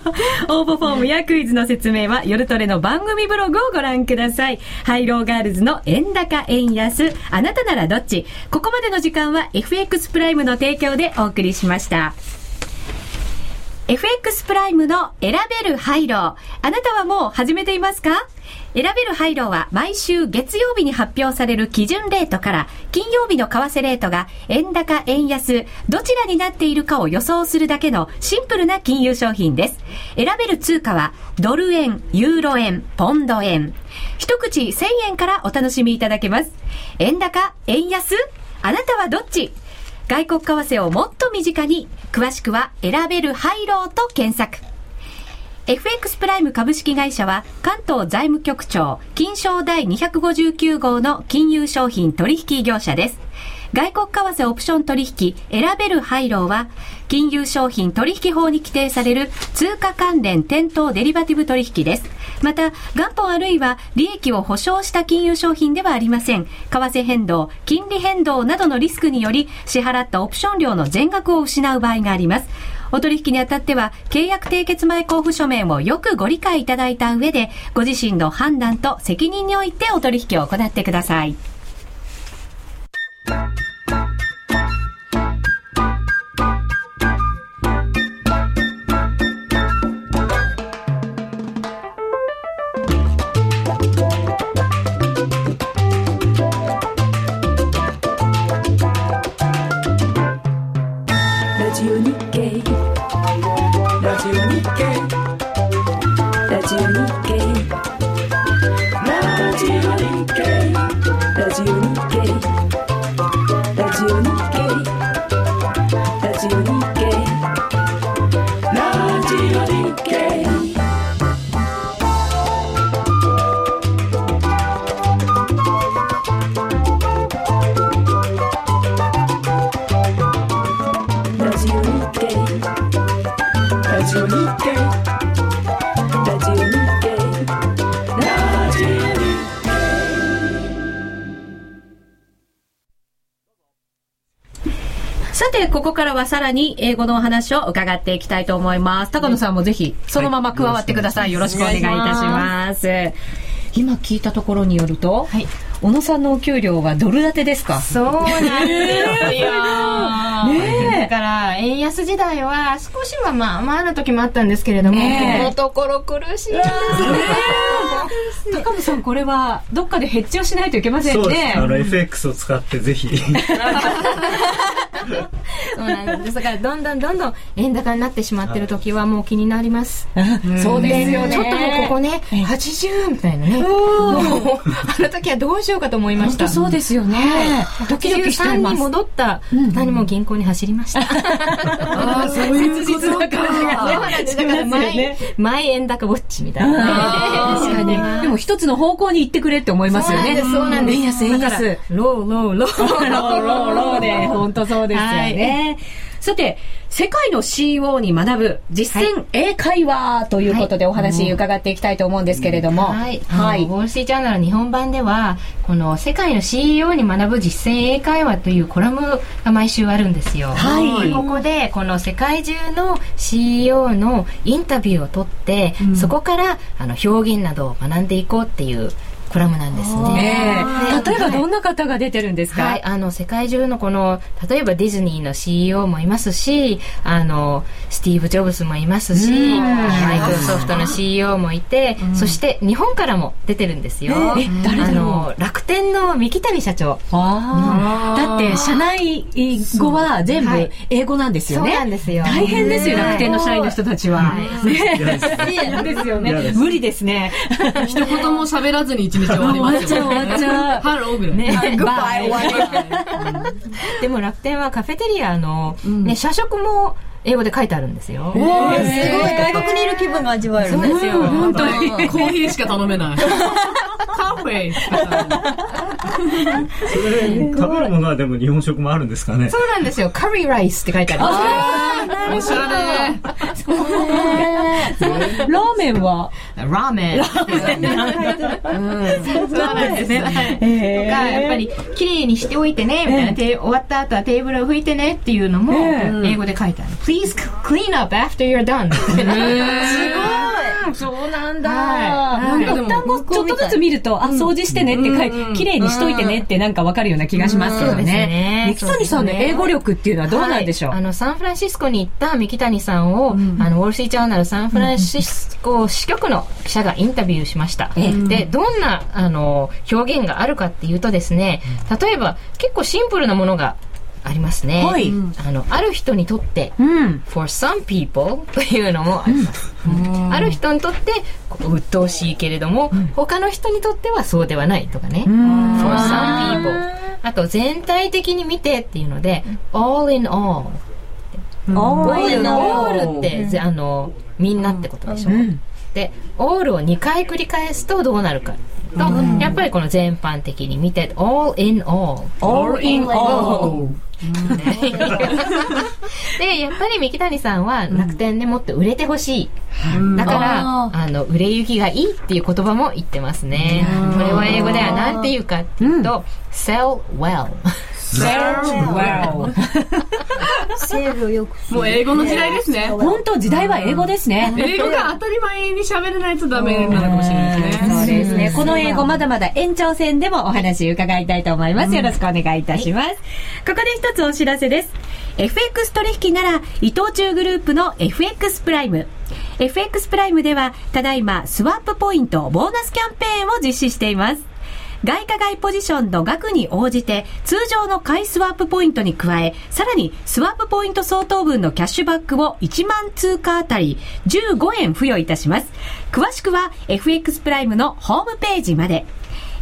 <laughs> 応募フォームやクイズの説明は夜トレの番組ブログをご覧ください。ハイローガールズの円高円安、あなたならどっちここまでの時間は FX プライムの提供でお送りしました。FX プライムの選べるハイロー。あなたはもう始めていますか選べるハイローは毎週月曜日に発表される基準レートから金曜日の為替レートが円高円安どちらになっているかを予想するだけのシンプルな金融商品です。選べる通貨はドル円、ユーロ円、ポンド円。一口1000円からお楽しみいただけます。円高円安あなたはどっち外国為替をもっと身近に詳しくは選べるハイローと検索 FX プライム株式会社は関東財務局長金賞第259号の金融商品取引業者です外国為替オプション取引選べる配慮は金融商品取引法に規定される通貨関連店頭デリバティブ取引ですまた元本あるいは利益を保証した金融商品ではありません為替変動金利変動などのリスクにより支払ったオプション料の全額を失う場合がありますお取引にあたっては、契約締結前交付書面をよくご理解いただいた上で、ご自身の判断と責任においてお取引を行ってください。ラジオ日経ラジオ日経ラジオ日経ラジオ日経ラジオ日経ラジオ日経ラジオ日経ラジオ日経ラジオ日経ラジオ日経ラジオ日経ラジオ日経さて、ここからはさらに英語のお話を伺っていきたいと思います。高野さんもぜひ、そのまま加わってください。よろしくお願いいたします。今聞いたところによると、小野さんのお給料はドル建てですかそうなん <laughs> ですよ。だから、円安時代は少しはまあまあの時もあったんですけれども、ねえこのところ苦しいんですよ高野さん、これはどっかでヘッジをしないといけませんそうですね。ね。あの FX を使ってぜひ。 <laughs> そうなんです。だから、どんどんどんどん円高になってしまってる時はもう気になります。そうですよね。ちょっともうここね、80みたいなね。もうあの時はどうしようかと思いました。そうですよね。ドキドキしてい83まにす。戻った何も銀行に走りました。ああ、そういうことだそうなんですだから前、前円高ウォッチみたいな。確かに。 <laughs> でも一つの方向に行ってくれって思いますよね。そうなんです、そうなんです。円安。ロー、ロー、ロロー。ーローローで、本当そうですよね。さて、世界の CEO に学ぶ実践英会話ということでお話伺っていきたいと思うんですけれども。はい、はウォール・ストリート・ジャーナル日本版ではこの「世界の CEO に学ぶ実践英会話」というコラムが毎週あるんですよ、はいでここでこの世界中の CEO のインタビューを取って、そこからあの表現などを学んでいこうっていうコラムなんですねねえ例えばどんな方が出てるんですか、はい、あの世界中のこの例えばディズニーの CEO もいますしあのスティーブ・ジョブズもいますしマイクロソフトの CEO もいて、そして日本からも出てるんですよ、え誰だろうあの楽天の三木谷社長あーだって社内語は全部はい英語なんですよね、そうなんですよ大変ですよ、はい楽天の社員の人たちは、ねですよ嫌でねす無理ですね一言も喋らずに一日終わりま終わっすちゃよう終わっちゃうハローぐらいねバイでも楽天はカフェテリアの、ね、社食も英語で書いてあるんですよすごい外国にいる気分が味わえるそうですよ、本当にコーヒーしか頼めないカフェしか頼めないそれ食べるものはでも日本食もあるんですかねそうなんですよカリーライスって書いてあるんですおしよゃれラーメンはラーメン。そうなんですね。とか、やっぱり、綺麗にしておいてね、みたいな、て終わった後はテーブルを拭いてねっていうのも、英語で書いてある。Please clean up after you're done. <laughs> そうなんはないんかでも単語ちょっとずつ見ると、あ、掃除してねって書いて、綺麗にしといてねってなんかわかるような気がしますけどうんそうですねね。三木谷さんの英語力っていうのはどうなんでしょうはいあの、サンフランシスコに行った三木谷さんを、あの、ウォール・ストリート・ジャーナルサンフランシスコ支局の記者がインタビューしました。で、どんな、あの、表現があるかっていうとですね、例えば、結構シンプルなものがありますね。はいあの、ある人にとって、うん。 for some people というのもあります。ある人にとって、こう鬱陶しいけれども、他の人にとってはそうではないとかね。for some people。あと、全体的に見てっていうので、all in all。all in all って、ぜあの、みんなってことでしょ。で、all を2回繰り返すとどうなるか。と、やっぱりこの全般的に見て、all in all。 all in all で、やっぱり三木谷さんは楽天でもっと売れてほしい。だから、あの、売れ行きがいいっていう言葉も言ってますね。これは英語では何て言うかっていうと、sell well。セーブをよくもう英語の時代ですね本当時代は英語ですね。英語が当たり前に喋れないとダメなのかもしれないですねそうですね。この英語まだまだ延長戦でもお話伺いたいと思います。よろしくお願いいたします。ここで一つお知らせです。FX 取引なら伊藤忠グループの FX プライム。FX プライムではただいまスワップポイントボーナスキャンペーンを実施しています。外貨外ポジションの額に応じて通常の買いスワップポイントに加えさらにスワップポイント相当分のキャッシュバックを1万通貨あたり15円付与いたします詳しくは FX プライムのホームページまで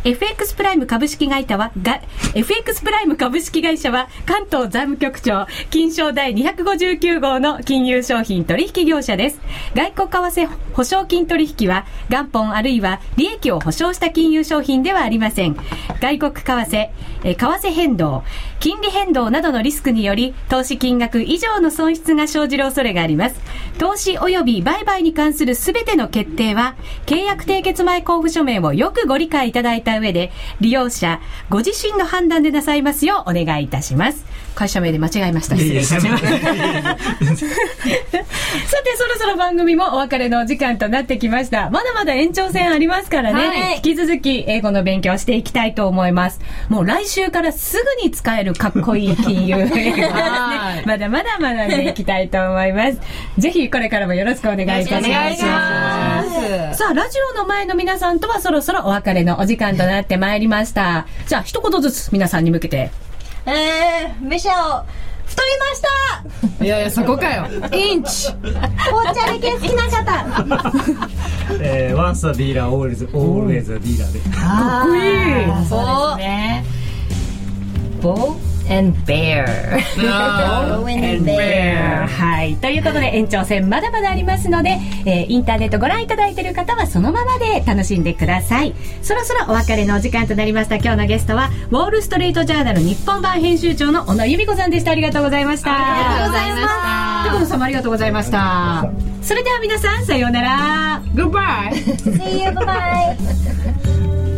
FX プライム株式会社は、が、FX プライム株式会社は、関東財務局長、金賞第259号の金融商品取引業者です。外国為替保証金取引は、元本あるいは利益を保証した金融商品ではありません。外国為替、えー為替変動、金利変動などのリスクにより、投資金額以上の損失が生じる恐れがあります。投資及び売買に関するすべての決定は、契約締結前交付書面をよくご理解いただいた上で、利用者、ご自身の判断でなさいますようお願いいたします。会社名で間違えました。失礼いたしました。さて、そろそろ番組もお別れのお時間となってきました。まだまだ延長戦ありますからね。引き続き英語の勉強していきたいと思います。もう来週からすぐに使えるかっこいい金融英 <laughs> 語ですね。まだまだ学んでいきたいと思います。ぜひこれからもよろしくお願いいたします。さあ、ラジオの前の皆さんとはそろそろお別れのお時間となってまいりました。じゃあ、一言ずつ皆さんに向けて。えー、メシャを太りましたいやいやそこかよインチ紅茶でけ好きな方えー、once a dealer always always a dealer でかっこいいそうですね。ボー and bear. はい。ということで延長戦まだまだありますので、えーインターネットご覧いただいている方はそのままで楽しんでください。そろそろお別れのお時間となりました。今日のゲストは、ウォールストリートジャーナル日本版編集長の小野由美子さんでした。ありがとうございました。ありがとうございました。とこのさんもありがとうございました。それでは皆さん、さようなら。Goodbye! See you, bye bye.